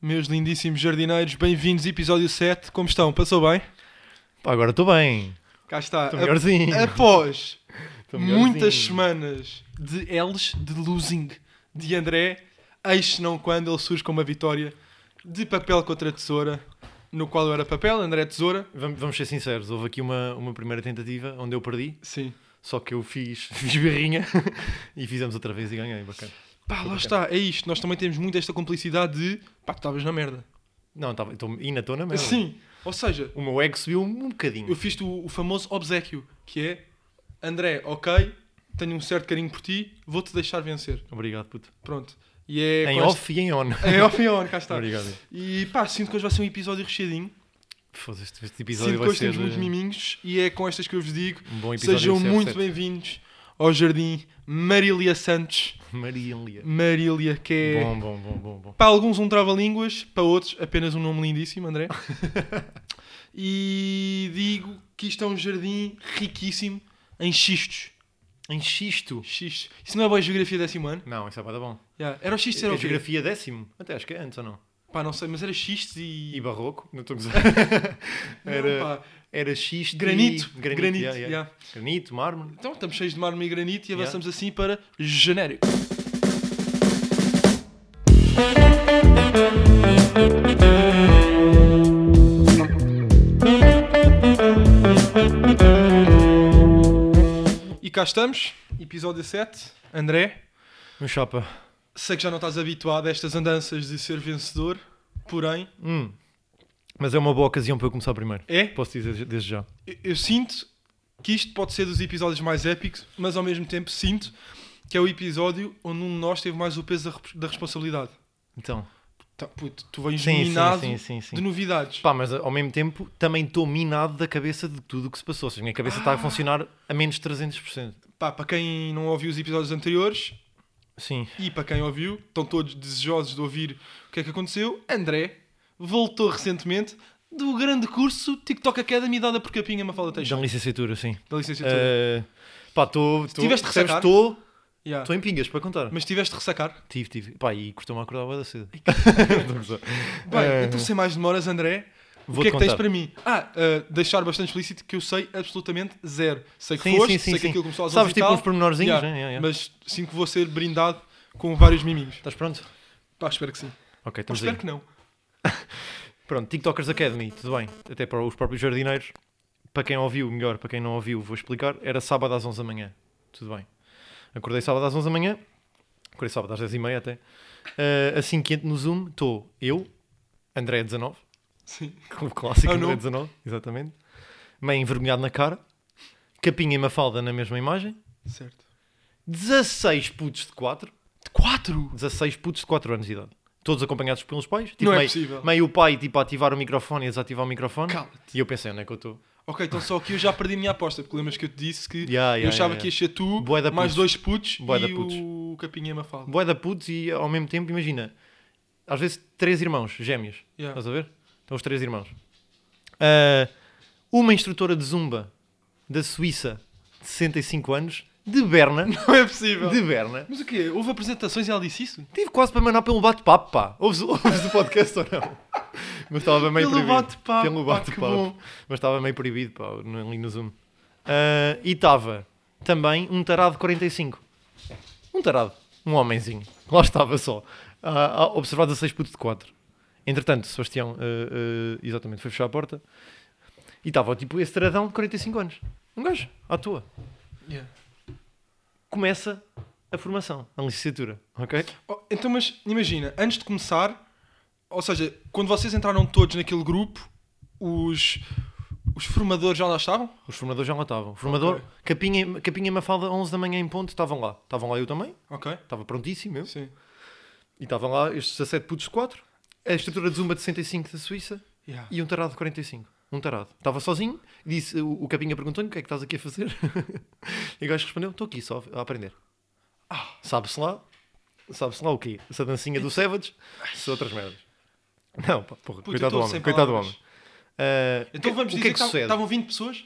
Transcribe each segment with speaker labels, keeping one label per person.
Speaker 1: Meus lindíssimos jardineiros, bem-vindos episódio 7. Como estão? Passou bem?
Speaker 2: Pá, agora estou bem.
Speaker 1: Cá está.
Speaker 2: Estou melhorzinho.
Speaker 1: Ap- Após
Speaker 2: Estou melhorzinho.
Speaker 1: muitas semanas de L's, de losing, de André, eis não quando ele surge com uma vitória de papel contra tesoura, no qual eu era papel, André tesoura.
Speaker 2: Vamos, vamos ser sinceros, houve aqui uma, uma primeira tentativa onde eu perdi,
Speaker 1: Sim.
Speaker 2: só que eu fiz, fiz birrinha e fizemos outra vez e ganhei, bacana.
Speaker 1: Pá, lá está, é isto. Nós também temos muito esta complicidade de pá, tu estavas na merda.
Speaker 2: Não, tava, tô, ainda estou na merda.
Speaker 1: Sim. Ou seja,
Speaker 2: O meu ego subiu um bocadinho.
Speaker 1: eu fiz-te o, o famoso obsequio, que é André, ok, tenho um certo carinho por ti, vou-te deixar vencer.
Speaker 2: Obrigado, puto.
Speaker 1: Pronto. E é
Speaker 2: em
Speaker 1: com
Speaker 2: off e em on.
Speaker 1: esta- Em off e on, cá está.
Speaker 2: Obrigado.
Speaker 1: E pá, sinto que hoje vai ser um episódio recheadinho.
Speaker 2: Foda-se, Este, este episódio
Speaker 1: sinto que
Speaker 2: vai
Speaker 1: hoje
Speaker 2: ser
Speaker 1: temos muitos
Speaker 2: eh,
Speaker 1: miminhos e é com estas que eu vos digo.
Speaker 2: um bom episódio.
Speaker 1: Sejam
Speaker 2: de CR7.
Speaker 1: muito bem-vindos ao Jardim Marília Santos.
Speaker 2: Maria Lia.
Speaker 1: Marília, que é
Speaker 2: Bom, bom, bom, bom, bom.
Speaker 1: para alguns um trava-línguas, para outros apenas um nome lindíssimo, André. e digo que isto é um jardim riquíssimo em xistos.
Speaker 2: Em xisto.
Speaker 1: Xistos. Isso não é boa geografia décimo ano?
Speaker 2: Não, isso é bada bom.
Speaker 1: Yeah. Era o xistos, era
Speaker 2: É
Speaker 1: o quê?
Speaker 2: geografia décimo. Até acho que é antes ou não.
Speaker 1: Pá, não sei, mas era xistos e...
Speaker 2: E barroco, não estou a gozar.
Speaker 1: Não,
Speaker 2: Era-
Speaker 1: pá,
Speaker 2: Era xisto. e-
Speaker 1: Granito. Granito,
Speaker 2: Granito, yeah, yeah.
Speaker 1: yeah.
Speaker 2: Granito, mármore.
Speaker 1: Então, estamos cheios de mármore e granito e
Speaker 2: Yeah.
Speaker 1: avançamos assim para genérico. E cá estamos, episódio 7. André,
Speaker 2: Um chapa.
Speaker 1: sei que já não estás habituado a estas andanças de ser vencedor, porém,
Speaker 2: Hum. Mas é uma boa ocasião para eu começar primeiro.
Speaker 1: é,
Speaker 2: Posso dizer desde já.
Speaker 1: eu, eu sinto que isto pode ser dos episódios mais épicos, mas ao mesmo tempo sinto que é o episódio onde um de nós teve mais o peso da, rep- da responsabilidade.
Speaker 2: Então.
Speaker 1: Tá, puto, tu vens
Speaker 2: Sim,
Speaker 1: minado
Speaker 2: sim, sim, sim, sim.
Speaker 1: de novidades.
Speaker 2: Pá, mas ao mesmo tempo também estou minado da cabeça de tudo o que se passou. Ou seja, a minha cabeça
Speaker 1: Ah.
Speaker 2: está a funcionar a menos 300%.
Speaker 1: Pá, para quem não ouviu os episódios anteriores
Speaker 2: Sim.
Speaker 1: e para quem ouviu, estão todos desejosos de ouvir o que é que aconteceu. André voltou recentemente do grande curso TikTok Academy dada por Capinha Mafalda
Speaker 2: Já
Speaker 1: Teixeira.
Speaker 2: em licenciatura, sim.
Speaker 1: Da licenciatura.
Speaker 2: Eh, pá, estou.
Speaker 1: Tiveste de ressacar?
Speaker 2: Estou
Speaker 1: Yeah.
Speaker 2: em pingas para contar.
Speaker 1: Mas tiveste de ressacar.
Speaker 2: Tive, tive. Pá, e custou-me acordar bué da cedo.
Speaker 1: Bem,
Speaker 2: Eh,
Speaker 1: então sem mais demoras, André, o
Speaker 2: Vou-te
Speaker 1: que é que tens
Speaker 2: contar.
Speaker 1: para mim? Ah, uh, deixar bastante explícito que eu sei absolutamente zero. Sei que
Speaker 2: Sim,
Speaker 1: foste,
Speaker 2: sim, sim,
Speaker 1: sei que
Speaker 2: sim.
Speaker 1: aquilo começou às
Speaker 2: Sabes
Speaker 1: 11 e
Speaker 2: tipo
Speaker 1: tal.
Speaker 2: uns pormenorzinhos,
Speaker 1: Yeah,
Speaker 2: né? Yeah, yeah.
Speaker 1: Mas sinto que vou ser brindado com vários miminhos.
Speaker 2: Estás pronto?
Speaker 1: Pá, espero que sim.
Speaker 2: Ok,
Speaker 1: Ou
Speaker 2: estamos aí.
Speaker 1: espero que não.
Speaker 2: Pronto, TikTokers Academy, tudo bem. Até para os próprios jardineiros. Para quem ouviu, melhor, para quem não ouviu, vou explicar. Era sábado às 11 da manhã. Tudo bem. Acordei sábado às 11 da manhã. Acordei sábado às 10 e meia até. Ah, assim que entro no Zoom, estou eu, André 19,
Speaker 1: Sim.
Speaker 2: com o clássico
Speaker 1: Ah, não?
Speaker 2: André 19, exatamente. Meio envergonhado na cara. Capinha e Mafalda na mesma imagem.
Speaker 1: Certo.
Speaker 2: 16 putos de 4.
Speaker 1: De 4?
Speaker 2: 16 putos de 4 anos de idade. Todos acompanhados pelos pais. Tipo,
Speaker 1: Não é
Speaker 2: meio,
Speaker 1: possível.
Speaker 2: meio o pai tipo, a ativar o microfone e a desativar o microfone.
Speaker 1: Cala-te.
Speaker 2: E eu pensei, onde é que eu estou?
Speaker 1: Ok, então só aqui eu já perdi a minha aposta, porque lembras que eu te disse que
Speaker 2: Yeah, yeah,
Speaker 1: eu achava
Speaker 2: yeah,
Speaker 1: que ia ser tu,
Speaker 2: Bué da
Speaker 1: mais
Speaker 2: putos.
Speaker 1: dois putos
Speaker 2: Bué da
Speaker 1: e
Speaker 2: putos.
Speaker 1: o Capinha e a Mafalda.
Speaker 2: Boé da putos e ao mesmo tempo, imagina, às vezes três irmãos gêmeos.
Speaker 1: Yeah.
Speaker 2: Estás a ver? Então os três irmãos. Ah, uma instrutora de zumba da Suíça de 65 anos, de Berna.
Speaker 1: Não é possível.
Speaker 2: De Berna.
Speaker 1: Mas o quê? Houve apresentações e ela disse isso?
Speaker 2: Tive quase para mandar pelo bate-papo, pá. Ouves, ouves o podcast ou não? Mas estava meio
Speaker 1: Pelo
Speaker 2: proibido.
Speaker 1: bate-papo,
Speaker 2: Pelo
Speaker 1: pá, que
Speaker 2: bate-papo.
Speaker 1: bom.
Speaker 2: Mas estava meio proibido, pá, no- ali no Zoom. Ah, e estava também um tarado de 45. Um tarado. Um homenzinho. Lá estava só. Ah, A, a observar 16 putos de 4. Entretanto, Sebastião, ah, ah, exatamente, foi fechar a porta. E estava tipo esse taradão de 45 anos. Um gajo, à toa.
Speaker 1: Yeah.
Speaker 2: Começa a formação, a licenciatura, ok?
Speaker 1: Oh, então, mas imagina, antes de começar, ou seja, quando vocês entraram todos naquele grupo, os, os formadores já lá estavam?
Speaker 2: Os formadores já lá estavam. Formador,
Speaker 1: Ok.
Speaker 2: capinha, capinha e Mafalda, 11 da manhã em ponto, estavam lá. Estavam lá eu também,
Speaker 1: Ok.
Speaker 2: estava prontíssimo eu.
Speaker 1: Sim.
Speaker 2: E estavam lá estes 17 putos de 4, a estrutura de Zumba de 65 da Suíça
Speaker 1: Yeah.
Speaker 2: e um tarado de 45. Um tarado. Estava sozinho, disse, o, o Capinha perguntou-lhe o que é que estás aqui a fazer. e o gajo respondeu, estou aqui só a aprender.
Speaker 1: Ah.
Speaker 2: Sabe-se lá, sabe-se lá o quê? Essa dancinha do Savage, se outras merdas. Não, pá, porra,
Speaker 1: Puta, eu
Speaker 2: coitado
Speaker 1: tô
Speaker 2: do
Speaker 1: sem
Speaker 2: homem, coitado do
Speaker 1: palavras.
Speaker 2: homem. Ah,
Speaker 1: Então
Speaker 2: o que-
Speaker 1: vamos
Speaker 2: o
Speaker 1: dizer
Speaker 2: que é
Speaker 1: que
Speaker 2: que
Speaker 1: tavam-
Speaker 2: sucede?
Speaker 1: estavam 20 pessoas?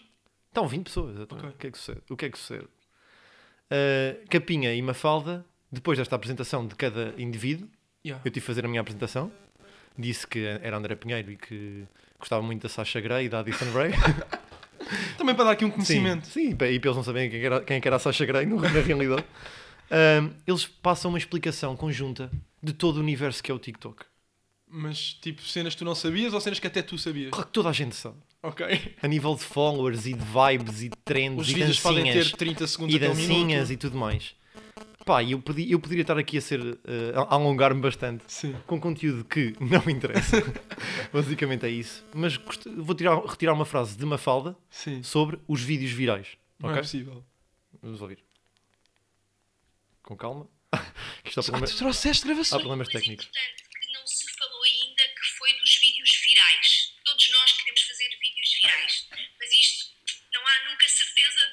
Speaker 2: Estão 20 Então, pessoas, exatamente.
Speaker 1: Ok.
Speaker 2: O que é que sucede? O que é que sucede? Uh, Capinha e Mafalda, depois desta apresentação de cada indivíduo,
Speaker 1: Yeah.
Speaker 2: eu tive de fazer a minha apresentação. disse que era André Pinheiro e que gostava muito da Sasha Grey e da Addison Rae.
Speaker 1: Também para dar aqui um
Speaker 2: Sim,
Speaker 1: conhecimento.
Speaker 2: sim, e para e para eles não saberem quem era, quem é que era a Sasha Grey no- na realidade. Ahm, eles passam uma explicação conjunta de todo o universo que é o TikTok.
Speaker 1: Mas tipo, cenas que tu não sabias ou cenas que até tu sabias?
Speaker 2: Claro que toda a gente sabe.
Speaker 1: Ok.
Speaker 2: A nível de followers e de vibes e de trends
Speaker 1: Os
Speaker 2: e
Speaker 1: vídeos podem
Speaker 2: dancinhas.
Speaker 1: ter 30 segundos
Speaker 2: e
Speaker 1: até um
Speaker 2: dancinhas
Speaker 1: minuto.
Speaker 2: e tudo mais. Pá, eu, podi- eu poderia estar aqui a ser eh, a a alongar-me bastante
Speaker 1: Sim.
Speaker 2: com conteúdo que não me interessa. Basicamente é isso. Mas gost- vou tirar, retirar uma frase de Mafalda
Speaker 1: Sim.
Speaker 2: sobre os vídeos virais.
Speaker 1: Não é
Speaker 2: ok?
Speaker 1: possível.
Speaker 2: Vamos ouvir. Com calma. Que isto há
Speaker 1: Ah,
Speaker 2: problemas,
Speaker 1: tu trouxeste
Speaker 2: há
Speaker 1: gravações?
Speaker 2: problemas
Speaker 3: Uma coisa
Speaker 2: técnicos.
Speaker 3: importante que não se falou ainda que foi dos vídeos virais. Todos nós queremos fazer vídeos virais, mas isto não há nunca certeza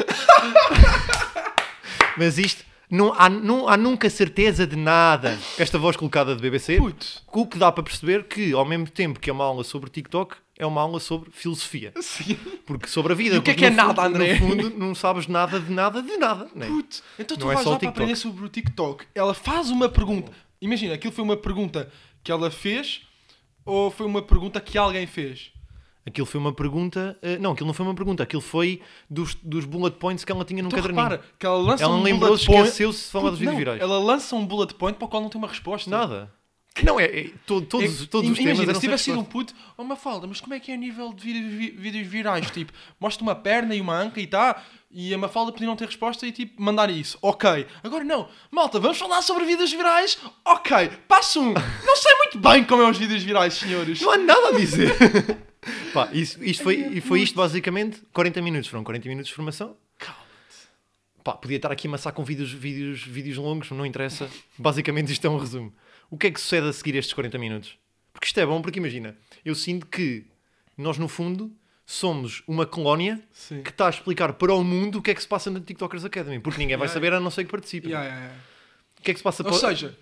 Speaker 3: de nada.
Speaker 2: Mas isto, não há, não há nunca certeza de nada. Esta voz colocada de BBC,
Speaker 1: Puto.
Speaker 2: o que dá para perceber que, ao mesmo tempo que é uma aula sobre TikTok, é uma aula sobre filosofia.
Speaker 1: Sim.
Speaker 2: Porque sobre a vida.
Speaker 1: E o que é
Speaker 2: porque
Speaker 1: que
Speaker 2: no
Speaker 1: é nada,
Speaker 2: fundo-
Speaker 1: André?
Speaker 2: No fundo, não sabes nada de nada de nada. Né?
Speaker 1: Puto. Então tu
Speaker 2: Não é
Speaker 1: vais
Speaker 2: só o
Speaker 1: lá para
Speaker 2: TikTok.
Speaker 1: aprender sobre o TikTok. Ela faz uma pergunta. Imagina, aquilo foi uma pergunta que ela fez ou foi uma pergunta que alguém fez?
Speaker 2: Aquilo foi uma pergunta. eh, não, aquilo não foi uma pergunta. Aquilo foi dos, dos bullet points que ela tinha num
Speaker 1: Então
Speaker 2: Um caderninho.
Speaker 1: repara, que ela lança
Speaker 2: ela não
Speaker 1: um
Speaker 2: lembrou,
Speaker 1: bullet point.
Speaker 2: esqueceu-se de falar dos
Speaker 1: Puto,
Speaker 2: vídeos
Speaker 1: não,
Speaker 2: virais.
Speaker 1: Ela lança um bullet point para o qual não tem uma resposta.
Speaker 2: Nada. Não, é. é to- todos
Speaker 1: É-
Speaker 2: todos os temas
Speaker 1: imagina,
Speaker 2: eram
Speaker 1: se
Speaker 2: sem
Speaker 1: tivesse sido um
Speaker 2: resposta.
Speaker 1: puto, oh Mafalda, mas como é que é a nível de vídeo- vi- vídeos virais? Tipo, mostra uma perna e uma anca e tá, e a Mafalda podia não ter resposta e tipo, mandar isso. Ok. Agora não. Malta, vamos falar sobre vídeos virais? Ok. Passo um. Não sei muito bem como é os vídeos virais, senhores.
Speaker 2: Não é. há nada a dizer. Pá, isso, isto foi,
Speaker 1: é
Speaker 2: e foi isto basicamente 40 minutos. Foram 40 minutos de formação.
Speaker 1: Calma-te.
Speaker 2: Pá, podia estar aqui a amassar com vídeos, vídeos, vídeos longos, não interessa. Basicamente isto é um resumo. O que é que sucede a seguir estes 40 minutos? Porque isto é bom, porque imagina, eu sinto que nós no fundo somos uma colónia
Speaker 1: Sim.
Speaker 2: que está a explicar para o mundo o que é que se passa na TikTokers Academy, porque ninguém vai
Speaker 1: Yeah.
Speaker 2: saber a não ser que participe.
Speaker 1: Yeah, yeah, yeah.
Speaker 2: O que é que se passa
Speaker 1: Ou
Speaker 2: para-
Speaker 1: seja,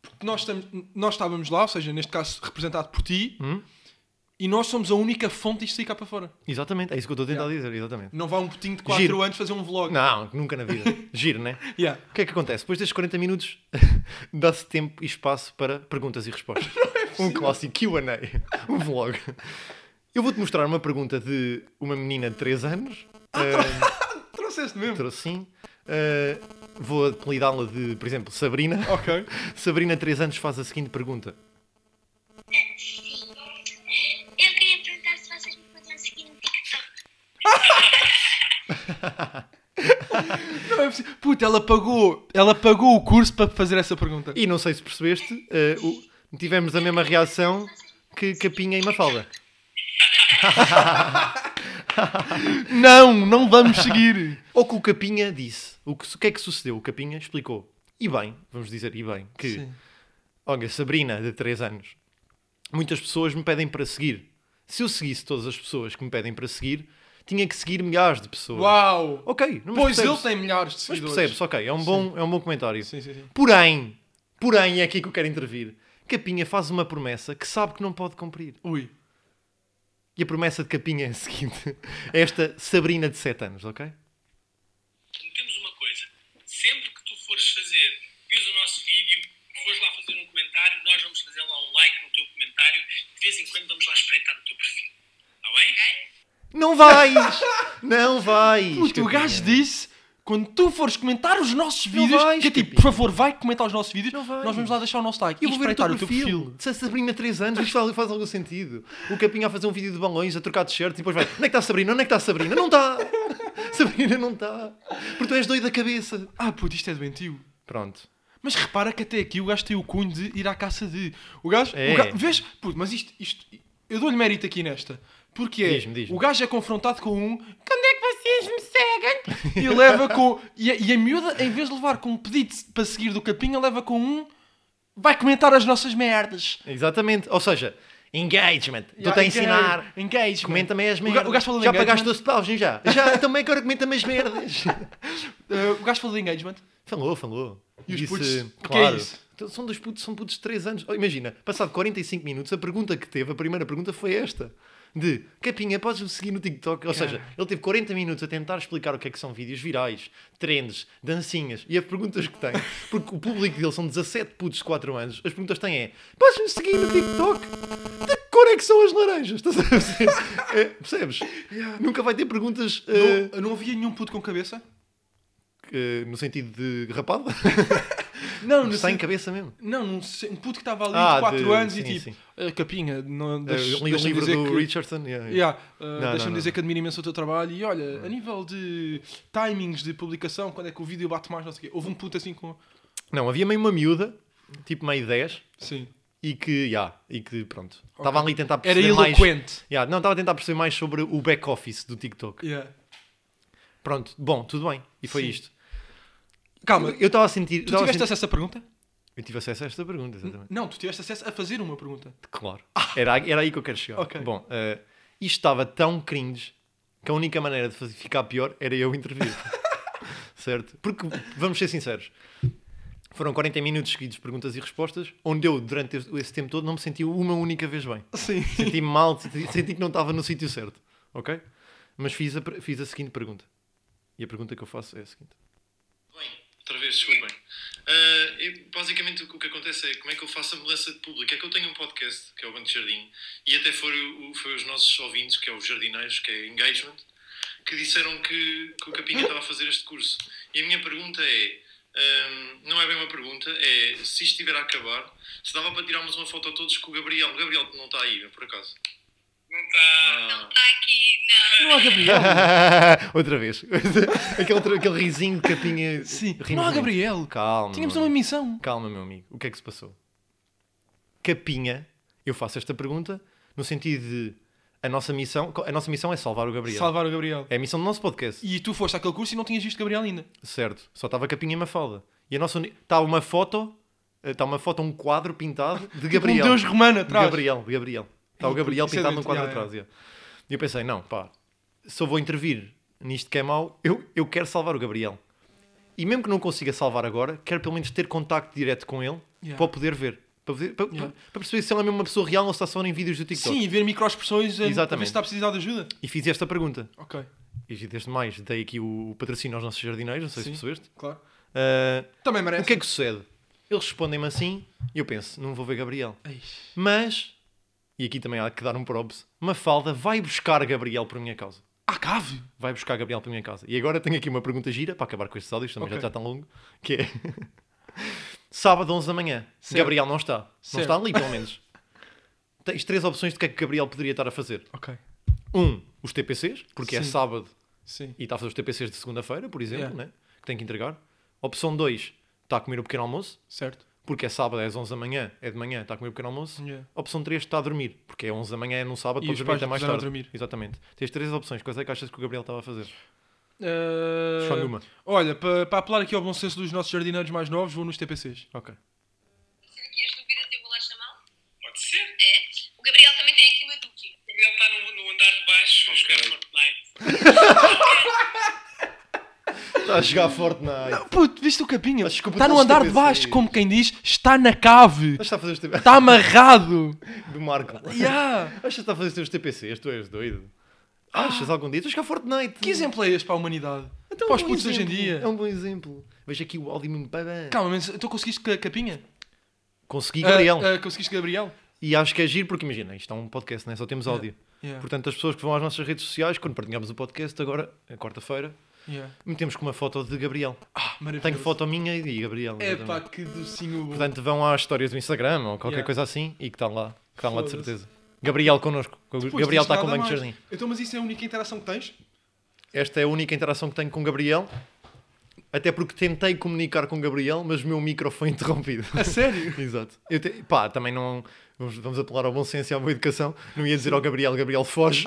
Speaker 1: porque nós, estamos, nós estávamos lá, ou seja, neste caso representado por ti,
Speaker 2: Hum?
Speaker 1: e nós somos a única fonte disto sair cá para fora.
Speaker 2: Exatamente, é isso que eu estou a tentar dizer, exatamente.
Speaker 1: Não vá um putinho de 4
Speaker 2: Giro.
Speaker 1: anos fazer um vlog.
Speaker 2: Não, nunca na vida. Giro, né?
Speaker 1: Yeah.
Speaker 2: O que é que acontece? Depois destes 40 minutos, dá-se tempo e espaço para perguntas e respostas.
Speaker 1: é
Speaker 2: um clássico QA, um vlog. Eu vou-te mostrar uma pergunta de uma menina de 3 anos. Ah,
Speaker 1: Trouxeste mesmo.
Speaker 2: trouxe sim. Ah, vou apelidá-la de, por exemplo, Sabrina.
Speaker 1: Ok.
Speaker 2: Sabrina, 3 anos, faz a seguinte pergunta:
Speaker 3: Sim. Eu queria perguntar se vocês me podiam seguir no TikTok.
Speaker 1: Não é possível. Puta, ela pagou, ela pagou o curso para fazer essa pergunta.
Speaker 2: E não sei se percebeste, eh, o- tivemos a mesma reação que Capinha e Mafalda.
Speaker 1: Não, não vamos seguir.
Speaker 2: Ou que o Capinha disse. O que, o que é que sucedeu? O Capinha explicou. E bem, vamos dizer, e bem, que.
Speaker 1: Sim.
Speaker 2: Olha, Sabrina, de 3 anos, muitas pessoas me pedem para seguir. Se eu seguisse todas as pessoas que me pedem para seguir, tinha que seguir milhares de pessoas.
Speaker 1: Uau.
Speaker 2: Ok, não mas
Speaker 1: Pois ele
Speaker 2: percebes,
Speaker 1: tem milhares de
Speaker 2: Mas
Speaker 1: seguidores.
Speaker 2: percebes, ok, é um, bom, é um bom comentário.
Speaker 1: Sim, sim, sim.
Speaker 2: Porém, porém, é aqui que eu quero intervir. Capinha faz uma promessa que sabe que não pode cumprir.
Speaker 1: Ui.
Speaker 2: E a promessa de Capinha é a seguinte: esta Sabrina de 7 anos, ok?
Speaker 4: prometemos Então, uma coisa: sempre que tu fores fazer, vês o nosso vídeo, fores lá fazer um comentário, nós vamos fazer lá um like no teu comentário e de vez em quando vamos lá espreitar o teu perfil. Está bem?
Speaker 2: Não vais! Não vais!
Speaker 1: Puta, o
Speaker 2: Capinha.
Speaker 1: gajo disse. Quando tu fores comentar os nossos
Speaker 2: é Não
Speaker 1: vídeos,
Speaker 2: vais,
Speaker 1: que é tipo,
Speaker 2: Capinha.
Speaker 1: por favor, vai comentar os nossos vídeos,
Speaker 2: Não vais.
Speaker 1: nós vamos lá deixar o nosso like
Speaker 2: Eu
Speaker 1: e
Speaker 2: vou ver o teu
Speaker 1: espreitar
Speaker 2: perfil. Se a Sabrina 3 anos, isto faz- faz algum sentido. O Capinha a fazer um vídeo de balões, a trocar de shirts e depois vai: onde é que está a Sabrina? Onde é que está a Sabrina? Não está! Sabrina não está! Porque tu és doido da cabeça.
Speaker 1: Ah, puto, isto é doentio.
Speaker 2: Pronto.
Speaker 1: Mas repara que até aqui o gajo tem o cunho de ir à caça de. O gajo.
Speaker 2: É.
Speaker 1: o ga- Vês? Puto, mas isto, isto. Eu dou-lhe mérito aqui nesta. Porque é,
Speaker 2: Diz-me, diz-me.
Speaker 1: o gajo é confrontado com um. Quando é que vocês me seguem? E leva com. E a, e a miúda, em vez de levar com um pedido para seguir do Capinha, leva com um. Vai comentar as nossas merdas.
Speaker 2: Exatamente. Ou seja, engagement. tu tens a ensinar.
Speaker 1: Engage.
Speaker 2: Comenta-me as
Speaker 1: O, ga-
Speaker 2: merdas.
Speaker 1: o gajo falou de
Speaker 2: já
Speaker 1: engagement.
Speaker 2: pagaste 12 paus, não já? Já, também agora comenta-me as merdas.
Speaker 1: Eh, o gajo falou de engagement.
Speaker 2: Falou, falou.
Speaker 1: E os putos? O que é isso?
Speaker 2: Então, São dois putos, são putos de 3 anos. Oh, imagina, passado 45 minutos, a pergunta que teve, a primeira pergunta foi esta. de Capinha, podes-me seguir no TikTok. Ou
Speaker 1: É.
Speaker 2: seja, ele teve 40 minutos a tentar explicar o que é que são vídeos virais, trends, dancinhas e as perguntas que tem. Porque o público dele são 17 putos de 4 anos. As perguntas que têm é: podes-me seguir no TikTok? De que cor é que são as laranjas? Estás a perceber? É, percebes? Nunca vai ter perguntas eh,
Speaker 1: Não, não havia nenhum puto com cabeça?
Speaker 2: eh, no sentido de rapado,
Speaker 1: Não, não
Speaker 2: sem
Speaker 1: sei.
Speaker 2: cabeça mesmo.
Speaker 1: Não, não sei. um puto que estava ali
Speaker 2: Ah,
Speaker 1: de 4
Speaker 2: de-
Speaker 1: anos e
Speaker 2: sim,
Speaker 1: tipo,
Speaker 2: sim.
Speaker 1: "Ah, capinha, não,
Speaker 2: Eh,
Speaker 1: deixa,
Speaker 2: li o
Speaker 1: deixa-me
Speaker 2: livro
Speaker 1: dizer
Speaker 2: do
Speaker 1: que...
Speaker 2: Richardson. yeah, yeah.
Speaker 1: Yeah, uh,
Speaker 2: não,
Speaker 1: Deixa-me
Speaker 2: não.
Speaker 1: dizer que admiro imenso o teu trabalho e olha, a nível de timings de publicação, quando é que o vídeo bate mais, não sei o quê. Houve um puto assim com.
Speaker 2: Não, havia meio uma miúda, tipo meio 10,
Speaker 1: Sim.
Speaker 2: e que, já, e que pronto. Estava ali a tentar
Speaker 1: Era
Speaker 2: perceber mais...
Speaker 1: eloquente.
Speaker 2: Ya, não, estava a tentar perceber mais sobre o back-office do TikTok.
Speaker 1: Yeah.
Speaker 2: Pronto, bom, tudo bem. E foi
Speaker 1: Sim.
Speaker 2: isto.
Speaker 1: Calma,
Speaker 2: Eu estava a sentir...
Speaker 1: tu
Speaker 2: tava assim-
Speaker 1: tiveste
Speaker 2: a sentir-
Speaker 1: acesso a essa pergunta?
Speaker 2: Eu tive acesso a esta pergunta, exatamente.
Speaker 1: Não, tu tiveste acesso a fazer uma pergunta.
Speaker 2: Claro. Era, era aí que eu quero chegar.
Speaker 1: Ok.
Speaker 2: Bom, eh, isto estava tão cringe que a única maneira de fazer- ficar pior era eu intervir. certo? Porque, vamos ser sinceros, foram 40 minutos seguidos de perguntas e respostas, onde eu, durante esse tempo todo, não me senti uma única vez bem.
Speaker 1: Sim.
Speaker 2: Senti-me mal, senti senti que não estava no sítio certo. Ok? Mas fiz a, per- fiz a seguinte pergunta. E a pergunta que eu faço é a seguinte.
Speaker 5: Bem, outra vez, desculpem. Ah, eu- basicamente, o que acontece é como é que eu faço a mudança de público. É que eu tenho um podcast, que é o Banco de Jardim, e até foi, o- foi os nossos ouvintes, que é os jardineiros, que é engagement, que disseram que, que o Capinha estava a fazer este curso. E a minha pergunta é: ahm, não é bem uma pergunta, é se isto estiver a acabar, se dava para tirarmos uma foto a todos com o Gabriel. O Gabriel não está aí, por acaso.
Speaker 4: Não tá. está.
Speaker 5: Ah.
Speaker 3: Está tá aqui, não.
Speaker 1: Não há Gabriel.
Speaker 2: Outra vez. aquele, outra- aquele risinho de capinha.
Speaker 1: Sim.
Speaker 2: rindo
Speaker 1: Não há
Speaker 2: muito.
Speaker 1: Gabriel.
Speaker 2: Calma.
Speaker 1: Tínhamos
Speaker 2: meu
Speaker 1: uma
Speaker 2: amigo.
Speaker 1: missão.
Speaker 2: Calma, meu amigo. O que é que se passou? Capinha, eu faço esta pergunta no sentido de a nossa missão, a nossa missão é salvar o Gabriel.
Speaker 1: Salvar o Gabriel.
Speaker 2: É a missão do nosso podcast.
Speaker 1: E tu foste àquele curso e não tinhas visto Gabriel ainda.
Speaker 2: Certo. Só estava Capinha e Mafalda. E a nossa uni- está uma foto, eh, está uma foto, um quadro pintado de Gabriel.
Speaker 1: Um deus romano
Speaker 2: De
Speaker 1: atrás.
Speaker 2: Gabriel, de Gabriel. Está o Gabriel
Speaker 1: Isso é
Speaker 2: pintado num
Speaker 1: muito-
Speaker 2: quadro
Speaker 1: yeah,
Speaker 2: atrás. yeah. E eu pensei, não, pá, se eu vou intervir nisto que é mau, eu, eu quero salvar o Gabriel. E mesmo que não consiga salvar agora, quero pelo menos ter contacto direto com ele
Speaker 1: Yeah.
Speaker 2: para o poder ver. Para, poder- para-
Speaker 1: Yeah.
Speaker 2: para perceber se ele é mesmo uma pessoa real ou se está só em vídeos do TikTok.
Speaker 1: Sim, e ver microexpressões eh, para ver
Speaker 2: Exatamente.
Speaker 1: se está a precisar de ajuda.
Speaker 2: E fiz esta pergunta.
Speaker 1: Ok,
Speaker 2: E desde mais, dei aqui o patrocínio aos nossos jardineiros, não sei
Speaker 1: Sim.
Speaker 2: se percebeste.
Speaker 1: claro.
Speaker 2: Ah,
Speaker 1: Também merece.
Speaker 2: o que é que sucede? Eles respondem-me assim e eu penso, não vou ver Gabriel.
Speaker 1: Ai,
Speaker 2: Mas, e aqui também há que dar um props, Mafalda vai buscar Gabriel por minha causa.
Speaker 1: Ah, cave!
Speaker 2: Vai buscar Gabriel por minha causa. E agora tenho aqui uma pergunta gira, para acabar com estes áudios, também
Speaker 1: Ok.
Speaker 2: já está tão longo, que é... Sábado, 11 da manhã. Gabriel não está. Não
Speaker 1: Certo.
Speaker 2: está ali, pelo menos. Tens três opções do que é que Gabriel poderia estar a fazer.
Speaker 1: Ok,
Speaker 2: Um, os TPCs, porque é
Speaker 1: Sim.
Speaker 2: sábado
Speaker 1: sim.
Speaker 2: e está a fazer os TPCs de segunda-feira, por exemplo,
Speaker 1: Yeah.
Speaker 2: né? que tem que entregar. Opção 2, está a comer o pequeno almoço,
Speaker 1: Certo.
Speaker 2: porque é sábado, é às 11 da manhã, é de manhã, está a comer o pequeno almoço.
Speaker 1: Yeah.
Speaker 2: Opção 3, está a dormir, porque é 11 da manhã, é num sábado,
Speaker 1: E
Speaker 2: podes
Speaker 1: os
Speaker 2: dormir
Speaker 1: pais
Speaker 2: até mais
Speaker 1: puseram a
Speaker 2: tarde.
Speaker 1: dormir.
Speaker 2: Exatamente. Tens três opções, coisa é que achas que o Gabriel estava a fazer?
Speaker 1: Eh,
Speaker 2: Escolhe uma.
Speaker 1: Olha, para apelar aqui ao bom senso dos nossos jardineiros mais novos, vou nos TPCs.
Speaker 2: Ok.
Speaker 3: Será que as dúvidas eu vou lá chamá-lo?
Speaker 4: Pode ser.
Speaker 3: É? O Gabriel também tem aqui uma dúvida.
Speaker 4: O Gabriel está no, no andar de baixo. a
Speaker 5: Ok.
Speaker 4: jogar Fortnite.
Speaker 2: Está a jogar Fortnite. Mas
Speaker 1: Puto, viste o capinha?
Speaker 2: Mas desculpa,
Speaker 1: Está no
Speaker 2: todos os
Speaker 1: andar de
Speaker 2: TPCs.
Speaker 1: baixo, como quem diz, está na cave.
Speaker 2: está a fazer os TPCs.
Speaker 1: Está amarrado.
Speaker 2: Do Marco.
Speaker 1: Tá, Yeah.
Speaker 2: Achas que está a fazer os teus TPCs? Tu és doido. Achas algum dia? Tu jogar Fortnite.
Speaker 1: Ah. Que exemplo é este para a humanidade?
Speaker 2: Então é
Speaker 1: para os
Speaker 2: um bom
Speaker 1: putos hoje em
Speaker 2: exemplo.
Speaker 1: dia.
Speaker 2: É um bom exemplo. Veja aqui o áudio mesmo. bem, bem.
Speaker 1: Calma, mas tu conseguiste ca- capinha?
Speaker 2: Consegui, Gabriel.
Speaker 1: Ah, ah, conseguiste Gabriel?
Speaker 2: E acho que é giro porque imagina, isto é um podcast, né? só temos áudio.
Speaker 1: Yeah.
Speaker 2: Portanto, as pessoas que vão às nossas redes sociais, quando partilhamos o podcast, agora, é quarta-feira,
Speaker 1: Yeah.
Speaker 2: metemos com uma foto de Gabriel.
Speaker 1: Ah, maravilhoso.
Speaker 2: Tenho foto minha e de Gabriel.
Speaker 1: É
Speaker 2: exatamente.
Speaker 1: pá, que docinho bom.
Speaker 2: Portanto, vão às histórias do Instagram ou qualquer
Speaker 1: Yeah.
Speaker 2: coisa assim e que está lá. Que está lá de
Speaker 1: Foda-se.
Speaker 2: certeza. Gabriel connosco.
Speaker 1: Pois,
Speaker 2: Gabriel
Speaker 1: tens
Speaker 2: está com o
Speaker 1: nada
Speaker 2: Banco de
Speaker 1: mais.
Speaker 2: Jardim.
Speaker 1: Então, mas isso é a única interação que tens?
Speaker 2: Esta é a única interação que tenho com o Gabriel. Até porque tentei comunicar com o Gabriel, mas o meu micro foi interrompido.
Speaker 1: A sério?
Speaker 2: Exato. Eu te- Pá, também não. Vamos, vamos apelar ao bom senso e à boa educação. Não ia dizer ao Gabriel, Gabriel, foge.